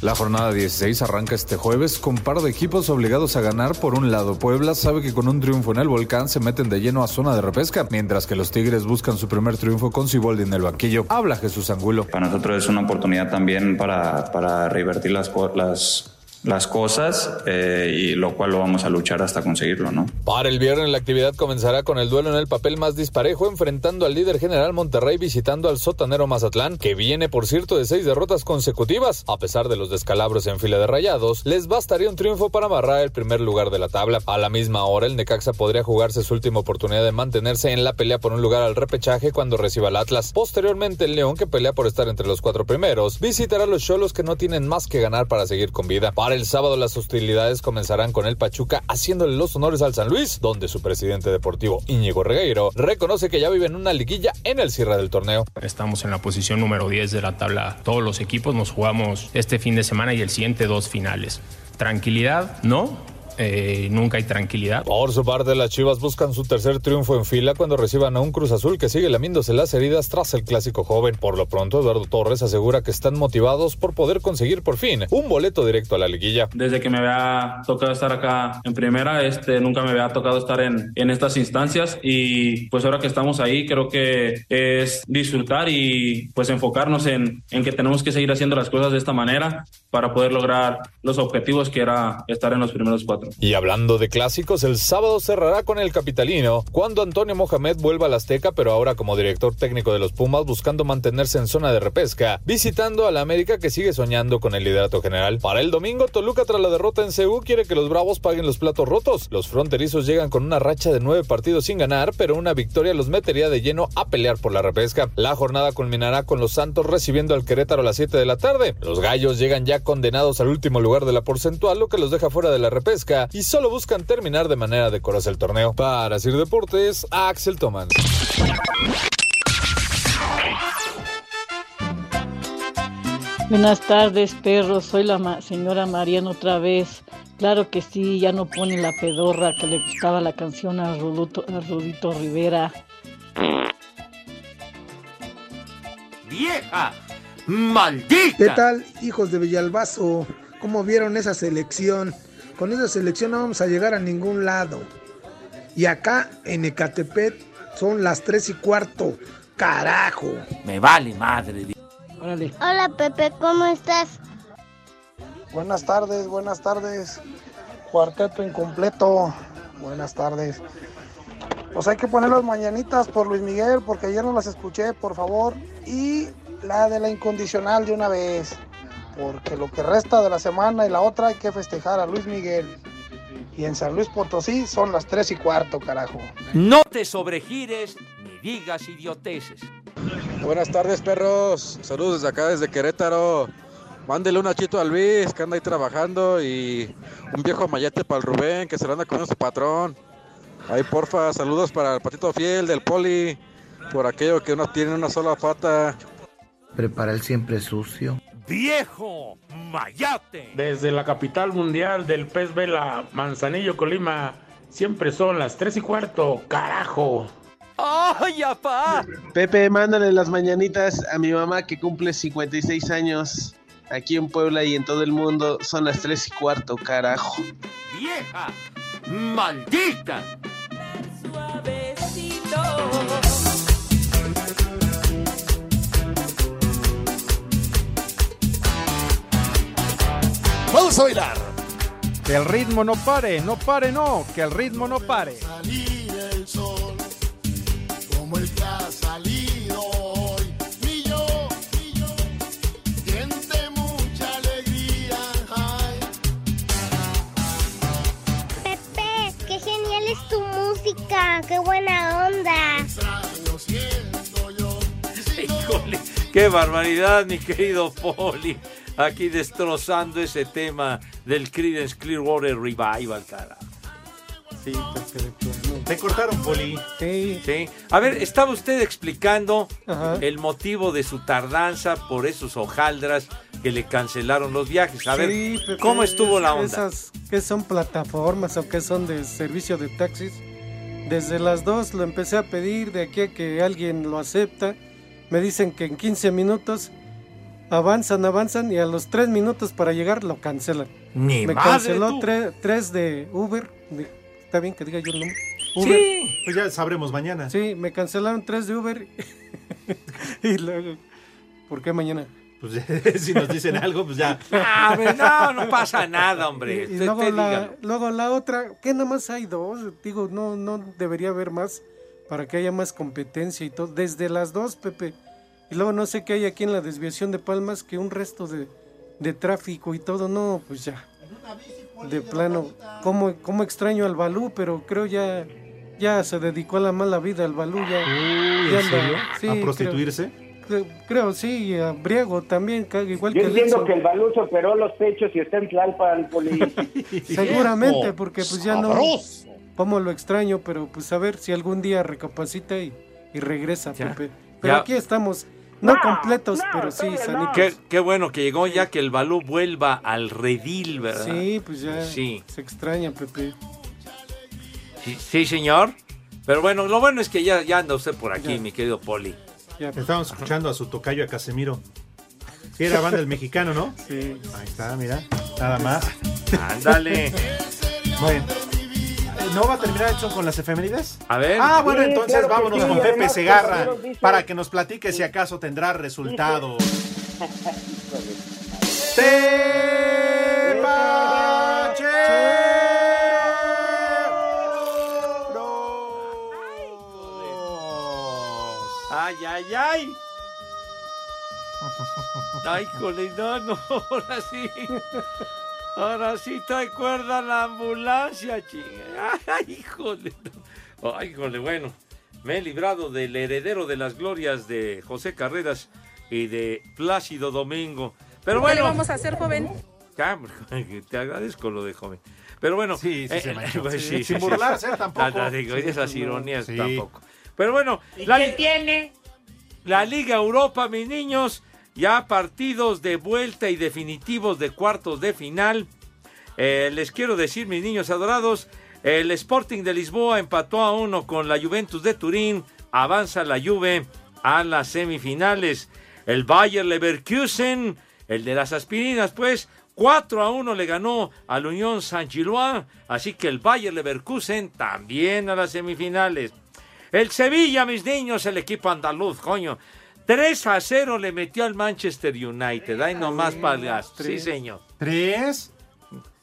Speaker 29: La jornada 16 arranca este jueves con par de equipos obligados a ganar. Por un lado, Puebla sabe que con un triunfo en el volcán se meten de lleno a zona de repesca, mientras que los Tigres buscan su primer triunfo con Ciboldi en el banquillo. Habla Jesús Angulo.
Speaker 30: Para nosotros es una oportunidad también para, para revertir las, las las cosas eh, y lo cual lo vamos a luchar hasta conseguirlo, ¿no?
Speaker 29: Para el viernes la actividad comenzará con el duelo en el papel más disparejo, enfrentando al líder general Monterrey visitando al sotanero Mazatlán, que viene por cierto de seis derrotas consecutivas. A pesar de los descalabros en fila de rayados, les bastaría un triunfo para amarrar el primer lugar de la tabla. A la misma hora el Necaxa podría jugarse su última oportunidad de mantenerse en la pelea por un lugar al repechaje cuando reciba al Atlas. Posteriormente el León, que pelea por estar entre los cuatro primeros, visitará a los Cholos que no tienen más que ganar para seguir con vida. Para el sábado las hostilidades comenzarán con el Pachuca haciéndole los honores al San Luis, donde su presidente deportivo Íñigo Regueiro reconoce que ya viven una liguilla en el cierre del torneo.
Speaker 31: Estamos en la posición número 10 de la tabla. Todos los equipos nos jugamos este fin de semana y el siguiente dos finales. Tranquilidad, ¿no? Eh, nunca hay tranquilidad.
Speaker 29: Por su parte, las Chivas buscan su tercer triunfo en fila cuando reciban a un Cruz Azul que sigue lamiéndose las heridas tras el clásico joven. Por lo pronto, Eduardo Torres asegura que están motivados por poder conseguir por fin un boleto directo a la liguilla.
Speaker 30: Desde que me había tocado estar acá en primera, este, nunca me había tocado estar en, en estas instancias y pues ahora que estamos ahí, creo que es disfrutar y pues enfocarnos en, en que tenemos que seguir haciendo las cosas de esta manera para poder lograr los objetivos que era estar en los primeros cuatro.
Speaker 29: Y hablando de clásicos, el sábado cerrará con el capitalino, cuando Antonio Mohamed vuelva a la Azteca, pero ahora como director técnico de los Pumas buscando mantenerse en zona de repesca, visitando a la América que sigue soñando con el liderato general. Para el domingo, Toluca tras la derrota en Ceú quiere que los Bravos paguen los platos rotos. Los fronterizos llegan con una racha de nueve partidos sin ganar, pero una victoria los metería de lleno a pelear por la repesca. La jornada culminará con los Santos recibiendo al Querétaro a las 7 de la tarde. Los Gallos llegan ya condenados al último lugar de la porcentual, lo que los deja fuera de la repesca y solo buscan terminar de manera decorosa el torneo. Para Sir Deportes, Axel Toman.
Speaker 32: Buenas tardes, perros. Soy la ma señora Mariana otra vez. Claro que sí, ya no pone la pedorra que le gustaba la canción a, Ruluto, a Rudito Rivera.
Speaker 6: ¡Vieja! ¡Maldita!
Speaker 11: ¿Qué tal, hijos de Villalbazo? ¿Cómo vieron esa selección? con esa selección no vamos a llegar a ningún lado. Y acá en Ecatepec son las 3 y cuarto. Carajo.
Speaker 6: Me vale madre.
Speaker 32: Órale.
Speaker 13: Hola Pepe, ¿cómo estás?
Speaker 11: Buenas tardes, buenas tardes. Cuarteto incompleto. Buenas tardes. Pues hay que poner las mañanitas por Luis Miguel porque ayer no las escuché, por favor. Y la de la incondicional de una vez porque lo que resta de la semana y la otra hay que festejar a Luis Miguel. Y en San Luis Potosí son las 3 y cuarto, carajo.
Speaker 6: No te sobregires ni digas idioteces.
Speaker 33: Buenas tardes, perros. Saludos desde acá, desde Querétaro. Mándele un achito a Luis, que anda ahí trabajando, y un viejo mayate para el Rubén, que se lo anda comiendo su patrón. Ahí, porfa, saludos para el patito fiel del poli, por aquello que uno tiene una sola pata.
Speaker 34: Prepara el siempre sucio
Speaker 6: viejo Mayate.
Speaker 35: Desde la capital mundial del pez vela, Manzanillo, Colima, siempre son las tres y cuarto, carajo.
Speaker 6: ¡Ay, apá!
Speaker 36: Pepe, mándale las mañanitas a mi mamá que cumple 56 años. Aquí en Puebla y en todo el mundo son las tres y cuarto, carajo.
Speaker 6: ¡Vieja! ¡Maldita!
Speaker 37: Vamos a bailar.
Speaker 38: Que el ritmo no pare, no pare, no, que el ritmo no pare.
Speaker 37: Salir el sol, como el que ha salido hoy. Ni yo, ni yo, siente mucha alegría. Ay.
Speaker 13: Pepe, qué genial es tu música, qué buena onda.
Speaker 37: Lo siento yo.
Speaker 6: Híjole, qué barbaridad, mi querido Poli aquí destrozando ese tema del Creedence Clearwater Revival, cara.
Speaker 25: Sí, porque después no.
Speaker 7: pues, Te cortaron, Poli.
Speaker 6: Sí. A ver, estaba usted explicando el motivo de su tardanza por esos hojaldras que le cancelaron los viajes. Pues, A ver,
Speaker 25: Sí, Pepe,
Speaker 6: ¿cómo estuvo
Speaker 25: es-
Speaker 6: la onda?
Speaker 25: Esas que son plataformas o que son de servicio de taxis. Desde las 2 lo empecé a pedir, de aquí a que alguien lo acepta. Me dicen que en 15 minutos avanzan, avanzan y a los 3 minutos para llegar lo cancelan.
Speaker 6: Ni
Speaker 25: Me
Speaker 6: madre,
Speaker 25: canceló
Speaker 7: tú.
Speaker 25: 3, de Uber. de- Está bien que diga yo el nombre.
Speaker 7: Sí. Pues ya sabremos mañana.
Speaker 25: Sí, me cancelaron 3 de Uber. y luego, ¿por qué mañana?
Speaker 7: Pues si nos dicen algo, pues ya.
Speaker 6: Ah, hombre, no, no pasa nada,
Speaker 25: Y,
Speaker 6: hombre.
Speaker 25: y
Speaker 6: Te-
Speaker 25: luego,
Speaker 6: te
Speaker 25: la,
Speaker 6: dígalo.
Speaker 25: luego la otra, que nada más hay dos, digo, no, no debería haber más para que haya más competencia y todo, desde las dos, Pepe. Y luego no sé qué hay aquí en la desviación de Palmas, que un resto de, de tráfico y todo, no, pues ya. De plano, cómo, cómo extraño al Balú, pero creo ya ya se dedicó a la mala vida al Balú, ya.
Speaker 7: ¿en
Speaker 25: ya anda-
Speaker 7: serio?
Speaker 25: sí,
Speaker 7: ¿A
Speaker 25: creo-
Speaker 7: prostituirse?
Speaker 25: Creo, creo, sí, y a Briego también, ca- igual
Speaker 9: Yo
Speaker 25: que
Speaker 9: entiendo
Speaker 25: Lixo.
Speaker 9: que el balú se operó los pechos y está en Tlalpan, Poli.
Speaker 25: Seguramente, porque pues ya no. Como lo extraño, pero pues a ver si algún día recapacita y, y regresa, Pepe. Pero
Speaker 6: ya.
Speaker 25: aquí estamos, no, completos, pero sí, sanitos.
Speaker 6: Qué, qué bueno que llegó ya que el balú vuelva al redil, ¿verdad?
Speaker 25: Sí, pues ya
Speaker 6: Sí.
Speaker 25: se extraña, Pepe.
Speaker 6: Sí, sí, señor. Pero bueno, lo bueno es que ya, ya anda usted por aquí, mi querido Poli.
Speaker 7: Estábamos escuchando a su tocayo a Casemiro. Sí, era banda del mexicano, ¿no?
Speaker 25: Sí.
Speaker 7: Ahí está, mira. Nada más.
Speaker 6: Ándale.
Speaker 7: Bueno. ¿No va a terminar Edson con las efemérides?
Speaker 6: A ver.
Speaker 7: Ah, bueno,
Speaker 6: Sí,
Speaker 7: entonces
Speaker 6: claro que
Speaker 7: vámonos
Speaker 6: sí,
Speaker 7: con
Speaker 6: además,
Speaker 7: Pepe Segarra
Speaker 6: compañeros, dice-
Speaker 7: para que nos platique si acaso tendrá resultados.
Speaker 6: Ay, ay, ay. Ay, jole, no, no, ahora sí. Ahora sí te cuerda la ambulancia, chinga. Ay, híjole. no. Ay, híjole, bueno. Me he librado del heredero de las glorias de José Carreras y de Plácido Domingo. Pero
Speaker 2: ¿Qué le
Speaker 6: bueno.
Speaker 2: vamos a hacer, joven?
Speaker 6: Cabrón, Te agradezco lo de joven. Pero bueno, eh, pues sí,
Speaker 7: sí se manchó. Sí, sin burlarse, tampoco. Sí,
Speaker 6: esas
Speaker 7: no.
Speaker 6: ironías
Speaker 7: Sí.
Speaker 6: tampoco. Pero bueno, la, li- la Liga Europa, mis niños, ya partidos de vuelta y definitivos de cuartos de final. Eh, les quiero decir, mis niños adorados, el Sporting de Lisboa empató a uno con la Juventus de Turín. Avanza la Juve a las semifinales. El Bayer Leverkusen, el de las aspirinas, pues 4 a 1 le ganó al Unión Saint-Gillois. Así que el Bayer Leverkusen también a las semifinales. El Sevilla, mis niños, el equipo andaluz, coño. 3 a 0 le metió al Manchester United. Ahí nomás para Sí,
Speaker 7: tres.
Speaker 6: señor.
Speaker 7: ¿Tres?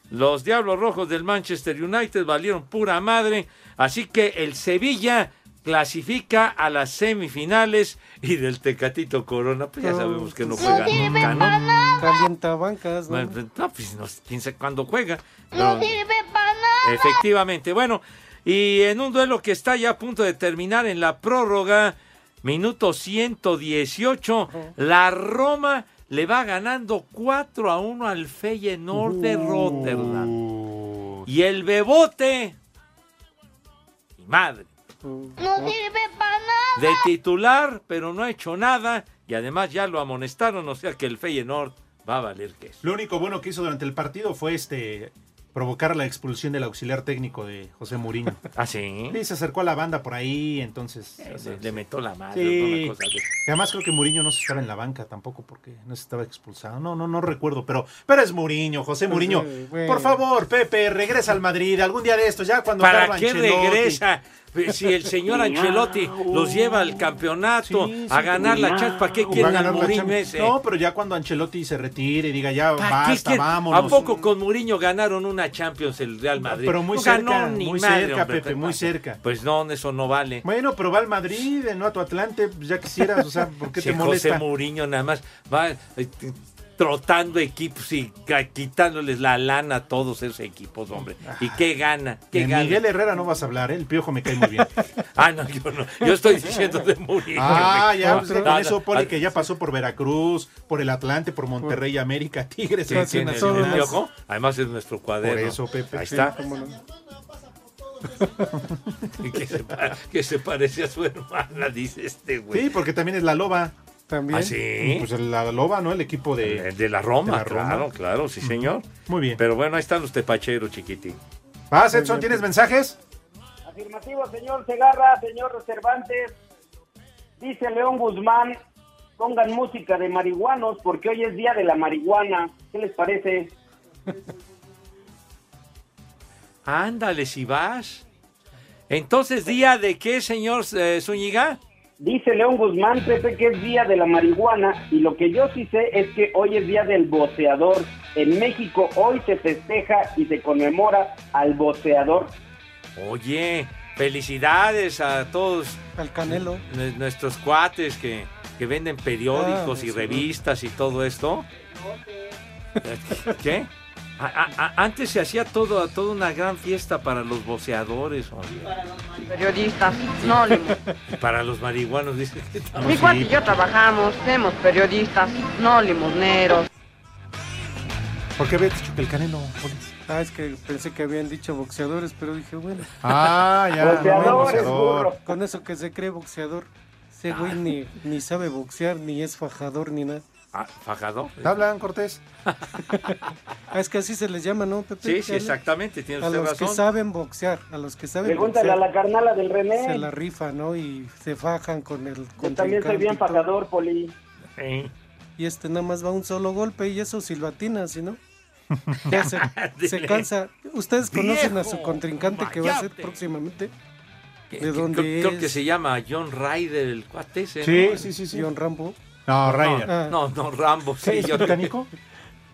Speaker 6: Los Diablos Rojos del Manchester United valieron pura madre, así que el Sevilla clasifica a las semifinales y del Tecatito Corona, pues ya sabemos que no juega nunca, ¿no?
Speaker 25: Calienta bancas, ¿no? Ah,
Speaker 6: Bueno, pues, no, pues no sé, quién sabe cuándo juega.
Speaker 2: No
Speaker 6: pero-
Speaker 2: sirve para nada.
Speaker 6: Efectivamente. Bueno, y en un duelo que está ya a punto de terminar en la prórroga, minuto 118, la Roma le va ganando 4 a 1 al Feyenoord de Rotterdam. Y el Bebote, mi madre,
Speaker 2: No sirve para nada.
Speaker 6: de titular, pero no ha hecho nada y además ya lo amonestaron, o sea que el Feyenoord va a valer que
Speaker 7: Lo único bueno que hizo durante el partido fue este provocar la expulsión del auxiliar técnico de José Mourinho.
Speaker 6: ¿Ah, sí?
Speaker 7: Sí, se acercó a la banda por ahí, entonces.
Speaker 6: le metió la madre,
Speaker 7: Sí.
Speaker 6: una cosa de-
Speaker 7: Y además creo que Mourinho no se estaba en la banca tampoco porque no se estaba expulsado. No, no, no recuerdo, pero, pero es Mourinho, José Mourinho.
Speaker 6: Sí, Pues, eh, bueno.
Speaker 7: Por favor, Pepe, regresa al Madrid algún día de estos, ya cuando
Speaker 6: ¿Para
Speaker 7: Carlo
Speaker 6: qué
Speaker 7: Ancelotti-
Speaker 6: regresa? Si el señor Ancelotti los lleva al campeonato a ganar la Champions, ¿para qué
Speaker 7: Va a
Speaker 6: quieren al
Speaker 7: ganar la
Speaker 6: Mourinho
Speaker 7: Champions.
Speaker 6: ese?
Speaker 7: No, pero ya cuando Ancelotti se retire y diga ya
Speaker 6: ¿Para qué
Speaker 7: basta,
Speaker 6: quieren?
Speaker 7: vámonos.
Speaker 6: ¿A poco con Mourinho ganaron una Champions el Real Madrid?
Speaker 7: Pero muy
Speaker 6: No
Speaker 7: cerca,
Speaker 6: ganó ni
Speaker 7: muy
Speaker 6: madre,
Speaker 7: cerca,
Speaker 6: hombre.
Speaker 7: Pepe, muy cerca.
Speaker 6: Pues no, eso no vale.
Speaker 7: Bueno, pero va al Madrid, eh, no a tu Atlante, ya quisieras, o sea, ¿por qué
Speaker 6: Si
Speaker 7: te molesta?
Speaker 6: José Mourinho nada más va eh, t- trotando equipos y ca- quitándoles la lana a todos esos equipos, hombre. ¿Y qué gana? ¿Qué
Speaker 7: De
Speaker 6: gana?
Speaker 7: Miguel Herrera no vas a hablar, ¿eh? el piojo me cae muy bien.
Speaker 6: Ah, no, yo no. Yo estoy diciendo de Mourinho.
Speaker 7: Ah,
Speaker 6: hombre.
Speaker 7: ya, pues,
Speaker 6: No,
Speaker 7: con
Speaker 6: no,
Speaker 7: eso
Speaker 6: ah,
Speaker 7: Poli que ya pasó por Veracruz, por el Atlante, por Monterrey, América, Tigres,
Speaker 6: Sí, tiene el- el
Speaker 7: Nacional.
Speaker 6: piojo. Además es nuestro cuaderno.
Speaker 7: Por eso, Pepe.
Speaker 6: Ahí
Speaker 7: sí,
Speaker 6: está.
Speaker 7: cómo no.
Speaker 6: que, se pa- que se parece a su hermana, dice este güey.
Speaker 7: Sí, porque también es la loba. También.
Speaker 6: ¿Ah, sí?
Speaker 7: Pues la loba, ¿no? El equipo de.
Speaker 6: Eh, De la Roma, claro, claro, sí, señor.
Speaker 7: Muy bien.
Speaker 6: Pero bueno, ahí están los tepacheros, chiquitín.
Speaker 7: Vas, Edson, ¿tienes mensajes?
Speaker 9: Afirmativo, señor Segarra, señor Cervantes. Dice León Guzmán, pongan música de marihuanos porque hoy es día de la marihuana. ¿Qué les parece?
Speaker 6: Ándale, si vas. Entonces, ¿día de qué, señor eh, Zúñiga?
Speaker 9: Dice León Guzmán, Pepe, que es día de la marihuana y lo que yo sí sé es que hoy es día del boceador. En México hoy se festeja y se conmemora al boceador.
Speaker 6: Oye, felicidades a todos.
Speaker 25: Al Canelo.
Speaker 6: nue- Nuestros cuates que, que venden periódicos
Speaker 25: Ah,
Speaker 6: y
Speaker 25: sí.
Speaker 6: revistas y todo esto. ¿Qué? A- a- a- antes se hacía todo, toda una gran fiesta para los voceadores.
Speaker 21: Periodistas, no le...
Speaker 6: Para los marihuanos, dice que estamos
Speaker 21: Mi cuate y
Speaker 6: Sí.
Speaker 21: yo trabajamos, somos periodistas, no limoneros.
Speaker 7: ¿Por qué ves que el canelo?
Speaker 25: Ah, es que pensé que habían dicho boxeadores, pero dije, bueno.
Speaker 7: Ah, ya, Boxeadores, no, boxeador. burro.
Speaker 25: Con eso que se cree boxeador. Ese güey ni, ni sabe boxear, ni es fajador, ni nada.
Speaker 6: Ah, ¿Fajado?
Speaker 7: Hablan, Cortés.
Speaker 25: Ah, es que así se les llama, ¿no, Pepe?
Speaker 6: Sí, sí,
Speaker 25: Hablan.
Speaker 6: exactamente, tiene
Speaker 25: A
Speaker 6: usted
Speaker 25: los que
Speaker 6: razón.
Speaker 25: saben boxear, a los que saben
Speaker 9: Pregúntale a
Speaker 25: boxear,
Speaker 9: la carnala del René.
Speaker 25: Se la rifa, ¿no? Y se fajan con el
Speaker 9: Yo
Speaker 25: con
Speaker 9: también soy bien pagador, Poli.
Speaker 25: Y este nada más va un solo golpe y eso silbatina, ¿si no? Ya se, se
Speaker 6: Dile.
Speaker 25: cansa. ¿Ustedes conocen a su
Speaker 6: Viejo,
Speaker 25: contrincante que va a ser
Speaker 6: mayate.
Speaker 25: próximamente?
Speaker 6: Que-
Speaker 25: ¿De
Speaker 6: que
Speaker 25: dónde
Speaker 6: creo, creo
Speaker 25: es?
Speaker 6: que se llama John Ryder, el cuate ese.
Speaker 25: Sí,
Speaker 6: ¿no?
Speaker 25: sí, sí, Ah. sí. John Rambo.
Speaker 7: No, Ryder.
Speaker 6: No, no, no, Rambo. Sí,
Speaker 7: ¿Es
Speaker 6: yo-
Speaker 7: británico?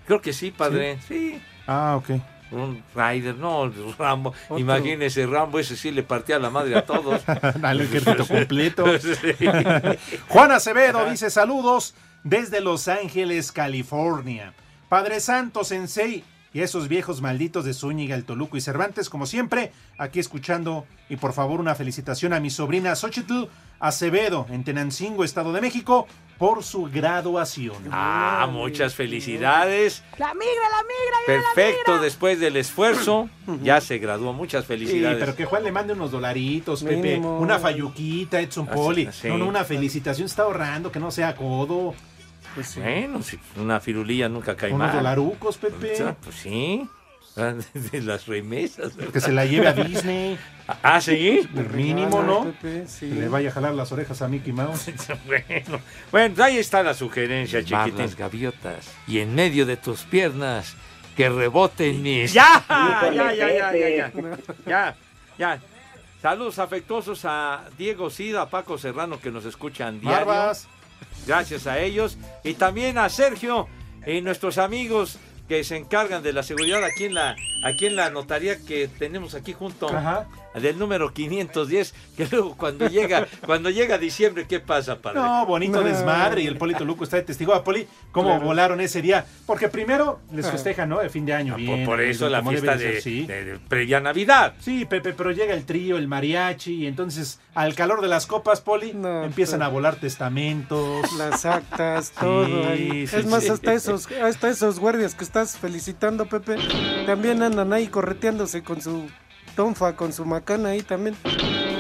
Speaker 6: Creo que sí, padre. Sí.
Speaker 7: Ah, ok.
Speaker 6: Un Ryder, no, Rambo. Imagínese, Rambo ese sí le partía la madre a todos.
Speaker 7: Dale, qué rito completo.
Speaker 6: Sí.
Speaker 7: Juan Acevedo dice saludos desde Los Ángeles, California. Padre Santo Sensei y esos viejos malditos de Zúñiga, el Toluco y Cervantes, como siempre, aquí escuchando. Y por favor, una felicitación a mi sobrina Xochitl Acevedo en Tenancingo, Estado de México, por su graduación.
Speaker 6: Ah, muchas felicidades.
Speaker 1: La migra, la migra.
Speaker 6: Perfecto, después del esfuerzo, ya se graduó. Muchas
Speaker 7: Sí,
Speaker 6: felicidades.
Speaker 7: pero que Juan le mande unos dolaritos, Pepe,
Speaker 6: Mínimo.
Speaker 7: una falluquita, Edson
Speaker 6: Así,
Speaker 7: Poli.
Speaker 6: así.
Speaker 7: No, no, una felicitación, se está ahorrando, que no sea codo.
Speaker 6: Pues Bueno, sí, una firulilla nunca cae
Speaker 7: Unos
Speaker 6: mal.
Speaker 7: dolarucos, Pepe.
Speaker 6: Ah, Pues sí. Ah, De las remesas. ¿verdad?
Speaker 7: Que se la lleve a Disney.
Speaker 6: Ah, sí.
Speaker 7: Mínimo, ¿no?
Speaker 25: Pepe, sí.
Speaker 7: Que le vaya a jalar las orejas a Mickey Mouse.
Speaker 6: bueno, bueno, ahí está la sugerencia, chiquitín.
Speaker 7: las
Speaker 6: gaviotas. Y en medio de tus piernas, que reboten mis.
Speaker 1: ¡Ya!
Speaker 6: ¡Ya!
Speaker 1: Híjole,
Speaker 6: Ya, ya, ya, ya,
Speaker 1: Pepe.
Speaker 6: ya. Ya, ya. Saludos afectuosos a Diego Sida, a Paco Serrano, que nos escuchan diario.
Speaker 7: Barbas.
Speaker 6: Gracias a ellos. Y también a Sergio y nuestros amigos que se encargan de la seguridad aquí en la, aquí en la notaría que tenemos aquí junto
Speaker 7: Ajá.
Speaker 6: del número 510, que luego cuando llega, cuando llega diciembre, ¿qué pasa, padre?
Speaker 7: No, bonito desmadre. Y el Poli Toluco está de testigo a Poli cómo
Speaker 6: Claro.
Speaker 7: volaron ese día. Porque primero les
Speaker 6: Ah.
Speaker 7: festejan, ¿no? El fin de año. bien,
Speaker 6: Por eso la
Speaker 7: como
Speaker 6: fiesta
Speaker 7: debe
Speaker 6: de,
Speaker 7: ser, sí.
Speaker 6: de- de previa Navidad.
Speaker 7: Sí, Pepe, pero llega el trío, el mariachi, y entonces al calor de las copas, Poli, empiezan
Speaker 25: pero-
Speaker 7: a volar testamentos.
Speaker 25: pues. Las actas, todo. ahí.
Speaker 7: sí,
Speaker 25: es más,
Speaker 7: sí.
Speaker 25: hasta esos, hasta esos guardias que estás felicitando, Pepe, también andan ahí correteándose con su tonfa, con su macana ahí también.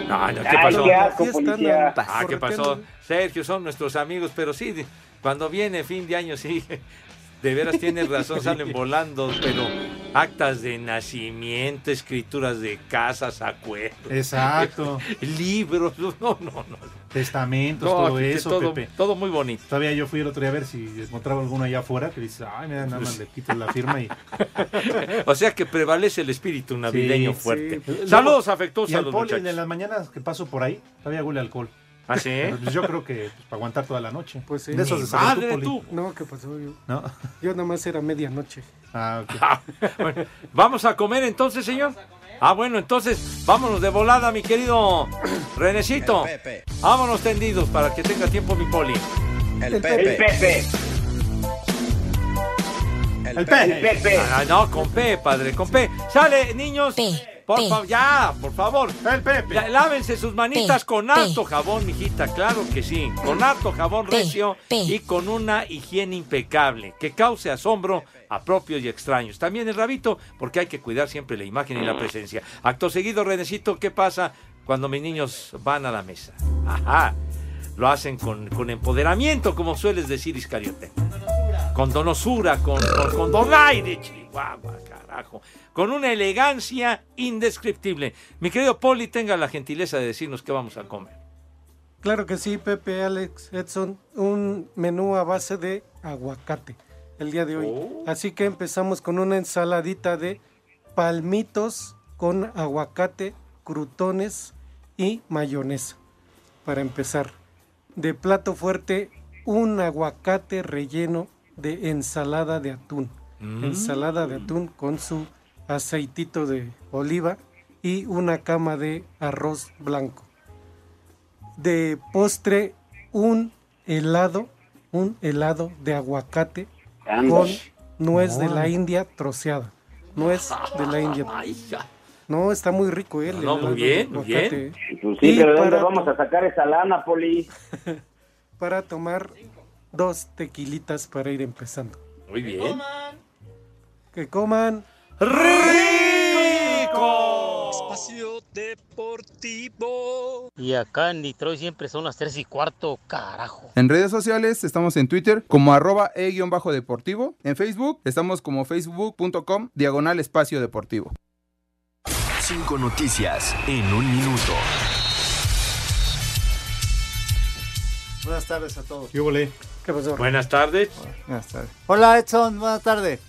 Speaker 6: No, no, ¿qué
Speaker 25: Ay,
Speaker 6: pasó?
Speaker 25: qué asco, Fiesta, policía. no,
Speaker 6: Ah, ¿qué
Speaker 25: correteando.
Speaker 6: pasó? Sergio, son nuestros amigos, pero sí, de- cuando viene fin de año, sí, de veras tienes razón, salen volando, pero actas de nacimiento, escrituras de casas, acuerdos.
Speaker 7: Exacto.
Speaker 6: Libros, no, no, no.
Speaker 7: Testamentos,
Speaker 6: No,
Speaker 7: todo
Speaker 6: que
Speaker 7: eso,
Speaker 6: todo-
Speaker 7: Pepe.
Speaker 6: todo muy bonito.
Speaker 7: Todavía yo fui el otro día a ver si encontraba alguno allá afuera que dice, ay, mira, nada más le quito la firma y
Speaker 6: O sea que prevalece el espíritu navideño
Speaker 7: Sí, sí.
Speaker 6: fuerte.
Speaker 7: Luego,
Speaker 6: Saludos afectuosos
Speaker 7: y
Speaker 6: a
Speaker 7: al
Speaker 6: los
Speaker 7: poli
Speaker 6: muchachos.
Speaker 7: en las mañanas que paso por ahí, todavía huele a alcohol.
Speaker 6: ¿Ah, sí?
Speaker 7: Pero, pues, yo creo que pues, para aguantar toda la noche. Pues
Speaker 25: Sí.
Speaker 7: De esos de Poli.
Speaker 25: No, ¿qué pasó? Yo,
Speaker 7: ¿No?
Speaker 25: yo nada más era medianoche.
Speaker 7: Ah,
Speaker 6: Bueno, Vamos a comer entonces, señor. Ah, bueno, entonces vámonos de volada, mi querido Renecito.
Speaker 39: El Pepe.
Speaker 6: Vámonos tendidos para que tenga tiempo mi poli.
Speaker 39: El Pepe. El Pepe.
Speaker 6: El Pepe. Ah, no, con P, padre, con P. Sale, niños. Por favor, ya, por favor.
Speaker 5: El Pepe.
Speaker 6: Ya, lávense sus manitas con harto jabón, mijita, claro que sí. Con harto jabón recio y con una higiene impecable que cause asombro a propios y extraños. También el rabito, porque hay que cuidar siempre la imagen y la presencia. Acto seguido, Renecito, ¿qué pasa cuando mis niños van a la mesa? Ajá. Lo hacen con, con empoderamiento, como sueles decir, Iscariote. Con donosura, con, con, con donaire, chihuahua, carajo. Con una elegancia indescriptible. Mi querido Poli, tenga la gentileza de decirnos qué vamos a comer.
Speaker 25: Claro que sí, Pepe, Alex, Edson, un menú a base de aguacate el día de hoy. Así que empezamos con una ensaladita de palmitos con aguacate, crutones y mayonesa. Para empezar, de plato fuerte, un aguacate relleno de ensalada de atún.
Speaker 26: Mm.
Speaker 25: Ensalada de atún con su aceitito de oliva y una cama de arroz blanco de postre un helado, un helado de aguacate con
Speaker 26: Andas.
Speaker 25: nuez de la
Speaker 26: Órale.
Speaker 25: India troceada. Nuez de la India. No, está muy rico eh, él.
Speaker 6: No, muy bien, muy bien.
Speaker 9: Pues sí,
Speaker 25: Y
Speaker 9: pero ¿de dónde
Speaker 25: para-
Speaker 9: vamos a sacar esa lana, Poli?
Speaker 25: Para tomar dos tequilitas para ir empezando.
Speaker 6: Muy bien.
Speaker 25: Que coman
Speaker 27: Y acá en Detroit siempre son las 3 y cuarto, carajo.
Speaker 38: En redes sociales estamos en Twitter como arroba e e-deportivo. En Facebook estamos como facebook.com diagonal espacio deportivo.
Speaker 7: Cinco noticias en un minuto.
Speaker 17: Buenas tardes a todos.
Speaker 25: ¿Qué pasó?
Speaker 6: Buenas tardes.
Speaker 38: Buenas tardes.
Speaker 17: Hola Edson, buenas tardes.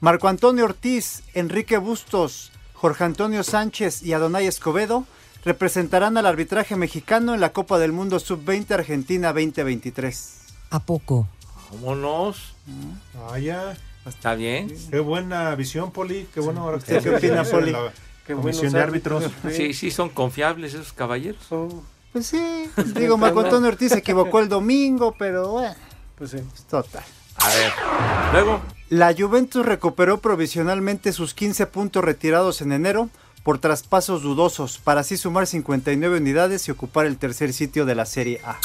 Speaker 17: Marco Antonio Ortiz, Enrique Bustos, Jorge Antonio Sánchez y Adonai Escobedo representarán al arbitraje mexicano en la Copa del Mundo Sub-20 Argentina 2023.
Speaker 8: ¿A poco?
Speaker 6: Vámonos.
Speaker 5: Vaya.
Speaker 6: Está bien.
Speaker 5: Qué buena visión, Poli. Qué bueno ahora que
Speaker 6: ¿Usted qué opina,
Speaker 5: en
Speaker 6: Poli?
Speaker 5: la
Speaker 6: Qué
Speaker 5: Comisión
Speaker 6: buenos
Speaker 5: de árbitros.
Speaker 6: Sí, sí, son confiables esos caballeros.
Speaker 17: Pues sí, digo, Marco Antonio Ortiz se equivocó el domingo, pero bueno,
Speaker 25: pues sí.
Speaker 17: total.
Speaker 6: A ver. Luego.
Speaker 17: La Juventus recuperó provisionalmente sus 15 puntos retirados en enero por traspasos dudosos, para así sumar 59 unidades y ocupar el tercer sitio de la Serie A.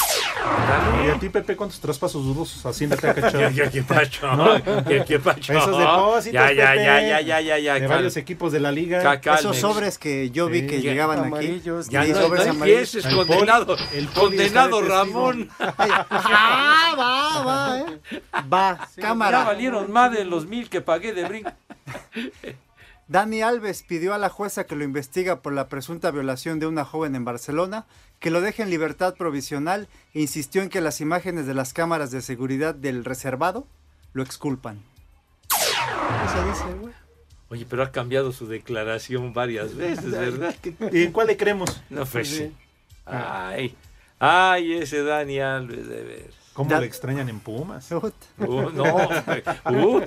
Speaker 5: ¿Y a ti, Pepe, cuántos traspasos dudosos haciéndote a
Speaker 6: Ya, ya, qué pacho, ya, qué pacho.
Speaker 5: Esos depósitos,
Speaker 6: Ya, ya,
Speaker 5: Pepe,
Speaker 6: ya, ya, ya, ya, ya,
Speaker 5: De
Speaker 6: cal-
Speaker 5: varios equipos de la liga.
Speaker 6: Ca- calmen.
Speaker 17: Esos sobres que yo vi
Speaker 5: Sí.
Speaker 17: que
Speaker 5: Ya-
Speaker 17: llegaban aquí.
Speaker 5: amarillos,
Speaker 17: sí,
Speaker 6: Ya no,
Speaker 17: sobres
Speaker 6: no
Speaker 17: amarillos.
Speaker 6: empieces, condenado, condenado Ramón.
Speaker 17: Ah, va, va, eh. Va, cámara.
Speaker 6: Ya valieron más de los mil que pagué de brinco.
Speaker 17: Dani Alves pidió a la jueza que lo investiga por la presunta violación de una joven en Barcelona que lo deje en libertad provisional e insistió en que las imágenes de las cámaras de seguridad del reservado lo exculpan. Eso dice, güey.
Speaker 6: Oye, pero ha cambiado su declaración varias veces, ¿verdad?
Speaker 5: ¿Y en cuál le creemos?
Speaker 6: No, pues
Speaker 5: Sí.
Speaker 6: sí. Ay, ay, ese Dani Alves, de ver.
Speaker 5: ¿Cómo
Speaker 17: Ya-
Speaker 5: le extrañan en Pumas?
Speaker 6: Uh, no, güey. Uh.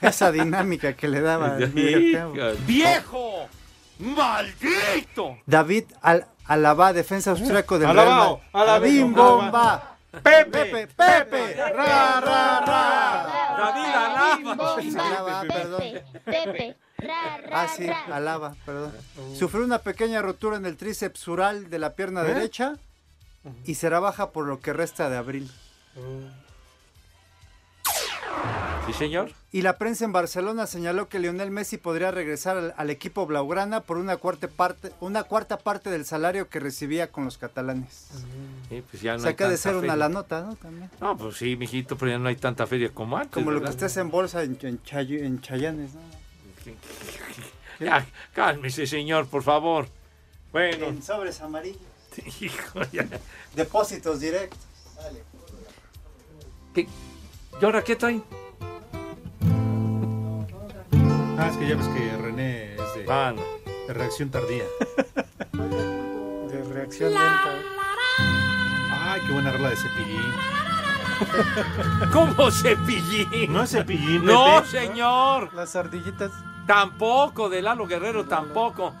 Speaker 17: Esa dinámica que le daba. al medio campo.
Speaker 6: ¡Viejo! ¡Maldito!
Speaker 17: David Al Alaba, defensa austríaco del Real
Speaker 6: Alabao,
Speaker 17: Madrid.
Speaker 6: Alabao,
Speaker 17: Bim,
Speaker 6: Alabao.
Speaker 17: bomba.
Speaker 5: Pepe,
Speaker 17: Pepe,
Speaker 5: ra, ra,
Speaker 17: ra.
Speaker 6: David Alaba.
Speaker 17: Alaba, perdón. Ah, sí, Alaba, perdón.
Speaker 6: Uh.
Speaker 17: Sufrió una pequeña rotura en el tríceps ural de la pierna
Speaker 25: ¿Eh?
Speaker 17: derecha y será baja por lo que resta de abril.
Speaker 6: Uh. Sí, señor.
Speaker 17: Y la prensa en Barcelona señaló que Lionel Messi podría regresar al, al equipo blaugrana por una cuarta parte, una cuarta parte del salario que recibía con los catalanes.
Speaker 6: Sí, pues ya no
Speaker 17: O
Speaker 6: hay
Speaker 17: sea, que ha de
Speaker 6: tanta
Speaker 17: ser una
Speaker 6: feria.
Speaker 17: la nota, ¿no? También.
Speaker 6: No, pues sí, mijito, pero ya no hay tanta feria como antes.
Speaker 17: Como lo que
Speaker 6: ¿verdad?
Speaker 17: usted se embolsa en, en, Chayu- en Chayanes, ¿no?
Speaker 6: Ya, cálmese, señor, por favor. Bueno,
Speaker 17: En sobres amarillos.
Speaker 6: hijo, ya.
Speaker 17: Depósitos directos.
Speaker 6: ¿Y ahora qué traen?
Speaker 5: Ah, es que ya ves que René es de, de reacción tardía.
Speaker 25: de reacción lenta.
Speaker 5: Ay, qué buena regla de cepillín.
Speaker 6: ¿Cómo cepillín?
Speaker 5: No es cepillín,
Speaker 6: No,
Speaker 5: Pepe.
Speaker 6: señor.
Speaker 25: Las ardillitas.
Speaker 6: Tampoco, de Lalo Guerrero tampoco.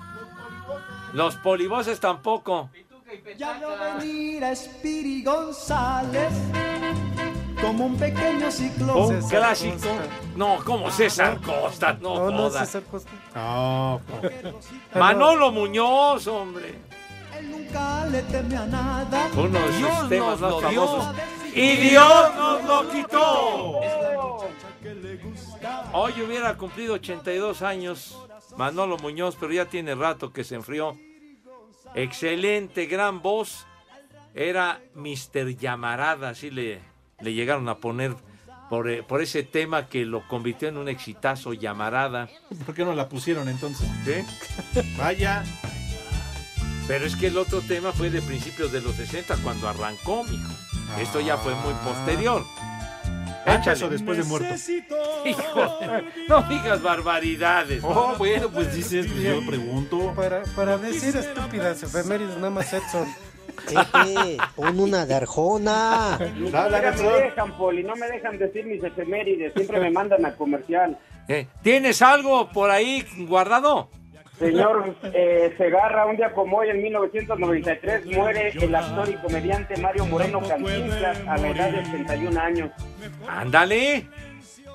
Speaker 6: Los poliboses tampoco.
Speaker 17: Ya no venir a Spiri González.
Speaker 1: como un pequeño ciclón.
Speaker 6: Un clásico. No, como César Costa, no,
Speaker 1: No, no,
Speaker 6: jodas.
Speaker 1: César
Speaker 6: No, no. Manolo Muñoz, hombre.
Speaker 1: Él nunca le teme a nada.
Speaker 6: Uno de sus
Speaker 1: Dios nos
Speaker 6: temas más
Speaker 1: lo dio.
Speaker 6: famosos. ¡Y Dios nos lo quitó! Hoy hubiera cumplido 82 años Manolo Muñoz, pero ya tiene rato que se enfrió. Excelente, gran voz. Era Mr. Llamarada, así le, le llegaron a poner por, eh, por ese tema que lo convirtió en un exitazo, Llamarada.
Speaker 7: ¿Por qué no la pusieron entonces?
Speaker 6: ¿Sí?
Speaker 7: Vaya.
Speaker 6: Pero es que el otro tema fue de principios de los 60, cuando arrancó, mijo. Esto ya fue muy posterior.
Speaker 7: Antes o Ah. después de muerto.
Speaker 6: Hijo, no digas barbaridades.
Speaker 7: Oh, bueno, pues dices, pues yo pregunto.
Speaker 25: Para, para decir estúpidas efemérides, nada más Edson.
Speaker 40: Pepe, pon una de Arjona.
Speaker 9: Mira, no me dejan, Poli, no me dejan decir mis efemérides, siempre me mandan a comercial.
Speaker 6: Eh, ¿Tienes algo por ahí guardado?
Speaker 9: Señor eh, Segarra, un día como hoy, en 1993, muere el actor y comediante Mario Moreno Cantinflas a la edad de 81 años.
Speaker 6: Ándale.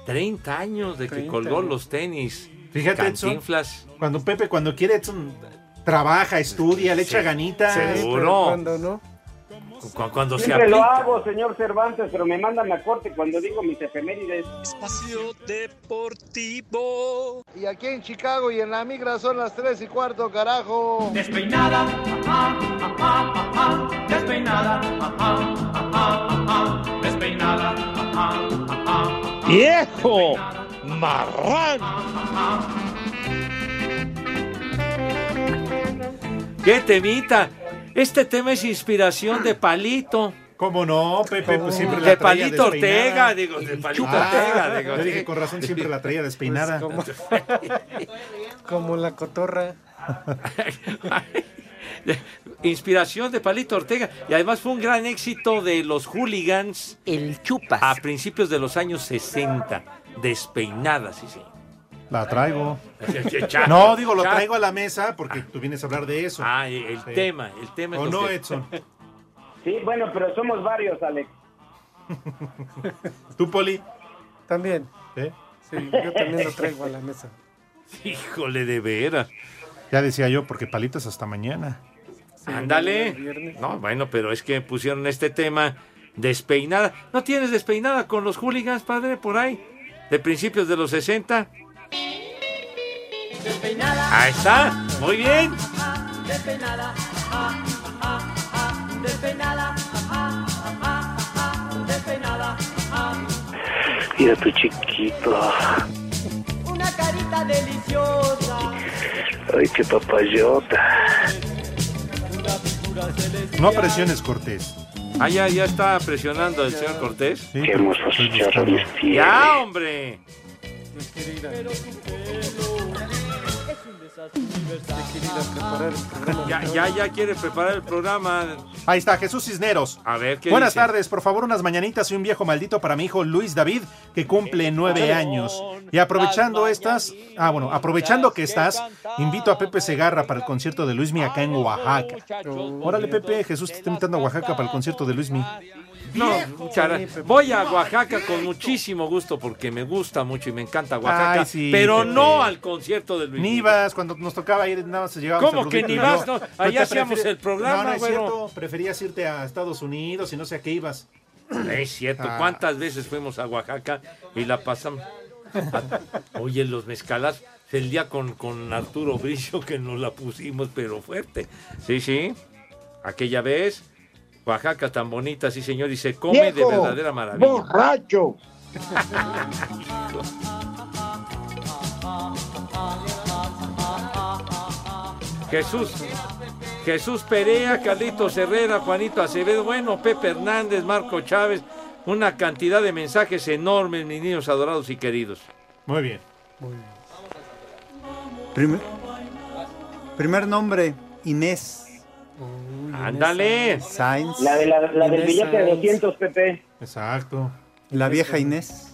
Speaker 6: 30 años de que
Speaker 7: 30
Speaker 6: colgó
Speaker 7: años.
Speaker 6: los tenis.
Speaker 7: Fíjate, Edson.
Speaker 6: Cantinflas.
Speaker 7: Cuando Pepe, cuando quiere, Edson, trabaja, estudia, le echa
Speaker 6: Sí,
Speaker 7: ganitas.
Speaker 6: seguro.
Speaker 25: Cuando no.
Speaker 6: Cu- Cuando se
Speaker 9: Siempre lo
Speaker 6: aplica.
Speaker 9: hago, señor Cervantes, pero me mandan a corte cuando digo mis efemérides. Espacio Deportivo.
Speaker 11: Y aquí en Chicago y en la migra son las 3 y cuarto, carajo.
Speaker 1: Despeinada, ajá, ajá, ajá, despeinada, ajá, ajá, ajá, despeinada, ajá, ajá.
Speaker 11: ¡Viejo! ¡Marrán!
Speaker 6: ¡Qué temita! Este tema es inspiración de Palito. Oh.
Speaker 7: ¿Cómo no, Pepe? Pues siempre la
Speaker 6: De
Speaker 7: traía
Speaker 6: Palito
Speaker 7: despeinada.
Speaker 6: Ortega, digo, de Palito
Speaker 7: Ah,
Speaker 6: Ortega. Digo,
Speaker 7: yo
Speaker 6: sí.
Speaker 7: dije, con razón siempre la traía despeinada.
Speaker 25: Pues, Como la cotorra.
Speaker 6: Inspiración de Palito Ortega. Y además fue un gran éxito de los hooligans. El Chupas. A principios de los años 60. Despeinada, sí, sí.
Speaker 7: La traigo.
Speaker 6: Chato,
Speaker 7: No, digo, lo
Speaker 6: chato.
Speaker 7: traigo a la mesa porque tú vienes a hablar de eso.
Speaker 6: Ah, el tema, el tema es
Speaker 7: ¿O
Speaker 6: lo
Speaker 7: no,
Speaker 6: que-
Speaker 7: Edson?
Speaker 9: Sí, bueno, pero somos varios, Alex.
Speaker 7: ¿Tú, Poli?
Speaker 25: También.
Speaker 7: ¿Eh?
Speaker 25: Sí, yo también lo traigo a la mesa.
Speaker 6: Híjole, de veras.
Speaker 7: Ya decía yo, porque palitas hasta mañana.
Speaker 6: Ándale. No, bueno, pero es que pusieron este tema despeinada. ¿No tienes despeinada con los hooligans, padre, por ahí? De principios de los 60. Ahí está. Muy bien.
Speaker 1: Despeinada, ajá, ajá, ajá, despeinada, ajá, ajá, ajá, despeinada, ajá.
Speaker 13: Mira tu chiquito.
Speaker 1: Una carita deliciosa.
Speaker 13: Ay, qué papayota.
Speaker 7: No presiones, Cortés.
Speaker 6: Ah, ya, ya está presionando el señor Cortés.
Speaker 7: Qué hermosos chicharrones
Speaker 6: Ya, hombre. Ya, ya, ya quiere preparar el programa.
Speaker 7: Ahí está, Jesús Cisneros.
Speaker 6: A ver qué
Speaker 7: Buenas
Speaker 6: dice?
Speaker 7: tardes, por favor, unas mañanitas y un viejo maldito para mi hijo Luis David, que cumple nueve años. Y aprovechando estas, ah, bueno, aprovechando que estás, invito a Pepe Segarra para el concierto de Luismi acá en Oaxaca. Órale, Pepe, Jesús te está invitando a Oaxaca para el concierto de Luismi.
Speaker 6: No, cara, voy a Oaxaca con muchísimo gusto porque me gusta mucho y me encanta Oaxaca,
Speaker 7: Ay, sí,
Speaker 6: pero
Speaker 7: Pepe.
Speaker 6: no al concierto del Luis.
Speaker 7: Ni vas, cuando nos tocaba ir, nada más llegábamos
Speaker 6: ¿Cómo
Speaker 7: el
Speaker 6: que
Speaker 7: Rudito
Speaker 6: ni
Speaker 7: y yo.
Speaker 6: vas? No,
Speaker 7: Pero
Speaker 6: allá
Speaker 7: te
Speaker 6: hacíamos
Speaker 7: prefier-
Speaker 6: el programa,
Speaker 7: No, no es
Speaker 6: güero.
Speaker 7: cierto, preferías irte a Estados Unidos y no sé a qué ibas.
Speaker 6: Es cierto,
Speaker 7: Ah.
Speaker 6: ¿cuántas veces fuimos a Oaxaca y la pasamos? Ah, Oye, los mezcalas, el día con, con Arturo Bricio que nos la pusimos, pero fuerte. Sí, sí, aquella vez, Oaxaca tan bonita, sí señor, y se come
Speaker 11: Viejo,
Speaker 6: de verdadera maravilla.
Speaker 11: ¡Borracho!
Speaker 6: Jesús, Jesús Perea, Carlitos Herrera, Juanito Acevedo, bueno, Pepe Hernández, Marco Chávez, una cantidad de mensajes enormes, mis niños adorados y queridos.
Speaker 7: Muy bien.
Speaker 17: Primer, primer nombre, Inés.
Speaker 6: Ándale.
Speaker 17: Sainz.
Speaker 9: La, de la, la del
Speaker 17: Inés
Speaker 9: billete de
Speaker 17: Sainz.
Speaker 9: 200, Pepe.
Speaker 7: Exacto.
Speaker 17: La vieja Inés.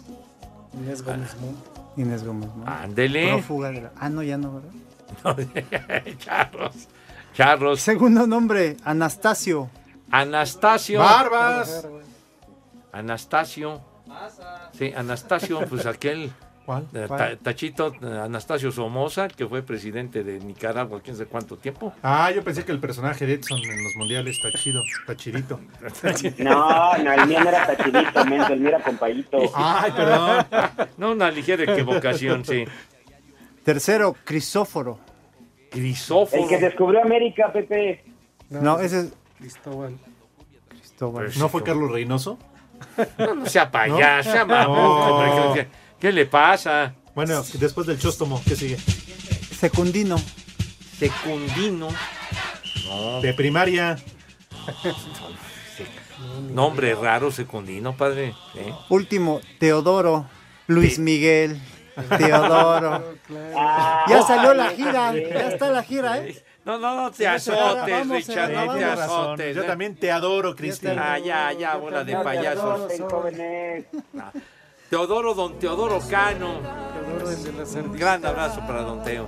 Speaker 25: Inés Gómez Montt.
Speaker 17: Inés Gómez. ¿no?
Speaker 6: Ándele.
Speaker 17: Prófuga de la- Ah, no, ya no, ¿verdad?
Speaker 6: Charros. Charros.
Speaker 17: Segundo nombre, Anastasio.
Speaker 6: Anastasio.
Speaker 17: Barbas.
Speaker 6: Anastasio. Sí, Anastasio, pues aquel.
Speaker 5: ¿Cuál?
Speaker 6: eh, ta-
Speaker 5: ¿Cuál?
Speaker 6: Tachito, eh, Anastasio Somoza, que fue presidente de Nicaragua, quién sabe cuánto tiempo.
Speaker 5: Ah, yo pensé que el personaje de Edson en los mundiales está chido, está chidito.
Speaker 9: No, no, el mío no era tachidito, menso, el mío era compañito.
Speaker 5: Ay, perdón.
Speaker 6: No, una ligera equivocación, sí.
Speaker 17: Tercero, Crisóforo.
Speaker 6: Crisóforo.
Speaker 9: El que descubrió América, Pepe.
Speaker 17: No, ese es
Speaker 5: Cristóbal.
Speaker 17: Cristóbal.
Speaker 5: ¿No fue Carlos Reynoso?
Speaker 6: No, no sea payaso,
Speaker 5: ¿No?
Speaker 6: sea mamón,
Speaker 5: No.
Speaker 6: hombre, ¿qué- qué, qué le pasa?
Speaker 5: Bueno, después del chóstomo, ¿qué sigue?
Speaker 17: Secundino.
Speaker 6: Secundino. No,
Speaker 5: De primaria.
Speaker 6: nombre raro, Secundino, padre. ¿eh?
Speaker 17: Último, Teodoro. Luis Miguel. Teodoro.
Speaker 6: Ah,
Speaker 17: ya salió la
Speaker 6: ya
Speaker 17: gira.
Speaker 6: también.
Speaker 17: Ya está la gira, ¿eh?
Speaker 6: No, no, no te
Speaker 17: Ya se va,
Speaker 6: azotes,
Speaker 17: vamos,
Speaker 6: Richard,
Speaker 17: se va,
Speaker 6: no te
Speaker 17: vamos.
Speaker 6: azotes.
Speaker 5: Yo
Speaker 6: ¿eh?
Speaker 5: también te adoro,
Speaker 6: Ah,
Speaker 5: Cristina.
Speaker 6: ya, ya, bola de
Speaker 9: No te
Speaker 6: payasos.
Speaker 9: adoro, jóvenes.
Speaker 6: Teodoro, don Teodoro Cano. Un gran abrazo para don Teo.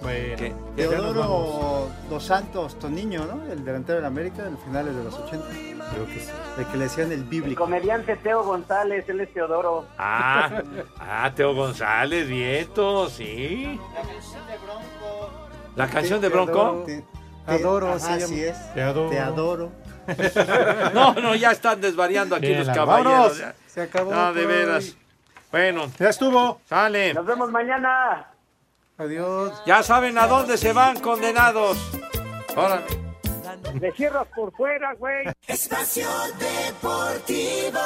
Speaker 6: Que- que-
Speaker 17: Teodoro Dos Santos Toniño, ¿no? El delantero de la América de los finales de los 80. Creo que sí. El que le decían el
Speaker 9: El
Speaker 17: bíblico.
Speaker 9: comediante Teo González, él es Teodoro.
Speaker 6: Ah, ah, Teo González, Vieto, sí. La canción de Bronco.
Speaker 17: Te- te-
Speaker 25: Adoro,
Speaker 17: ajá,
Speaker 25: se llama.
Speaker 17: así es.
Speaker 5: Te adoro.
Speaker 17: Te adoro.
Speaker 6: No, no, ya están desvariando aquí
Speaker 5: Bien,
Speaker 6: los
Speaker 5: vámonos.
Speaker 6: caballeros. ya.
Speaker 17: Se acabó.
Speaker 6: No, de
Speaker 17: por
Speaker 6: veras.
Speaker 17: hoy.
Speaker 6: Bueno,
Speaker 5: Ya estuvo.
Speaker 6: sale.
Speaker 9: Nos vemos mañana.
Speaker 25: Adiós.
Speaker 6: Ya saben a dónde se van condenados. Órale.
Speaker 9: Me cierras por fuera, güey.
Speaker 26: Espacio Deportivo.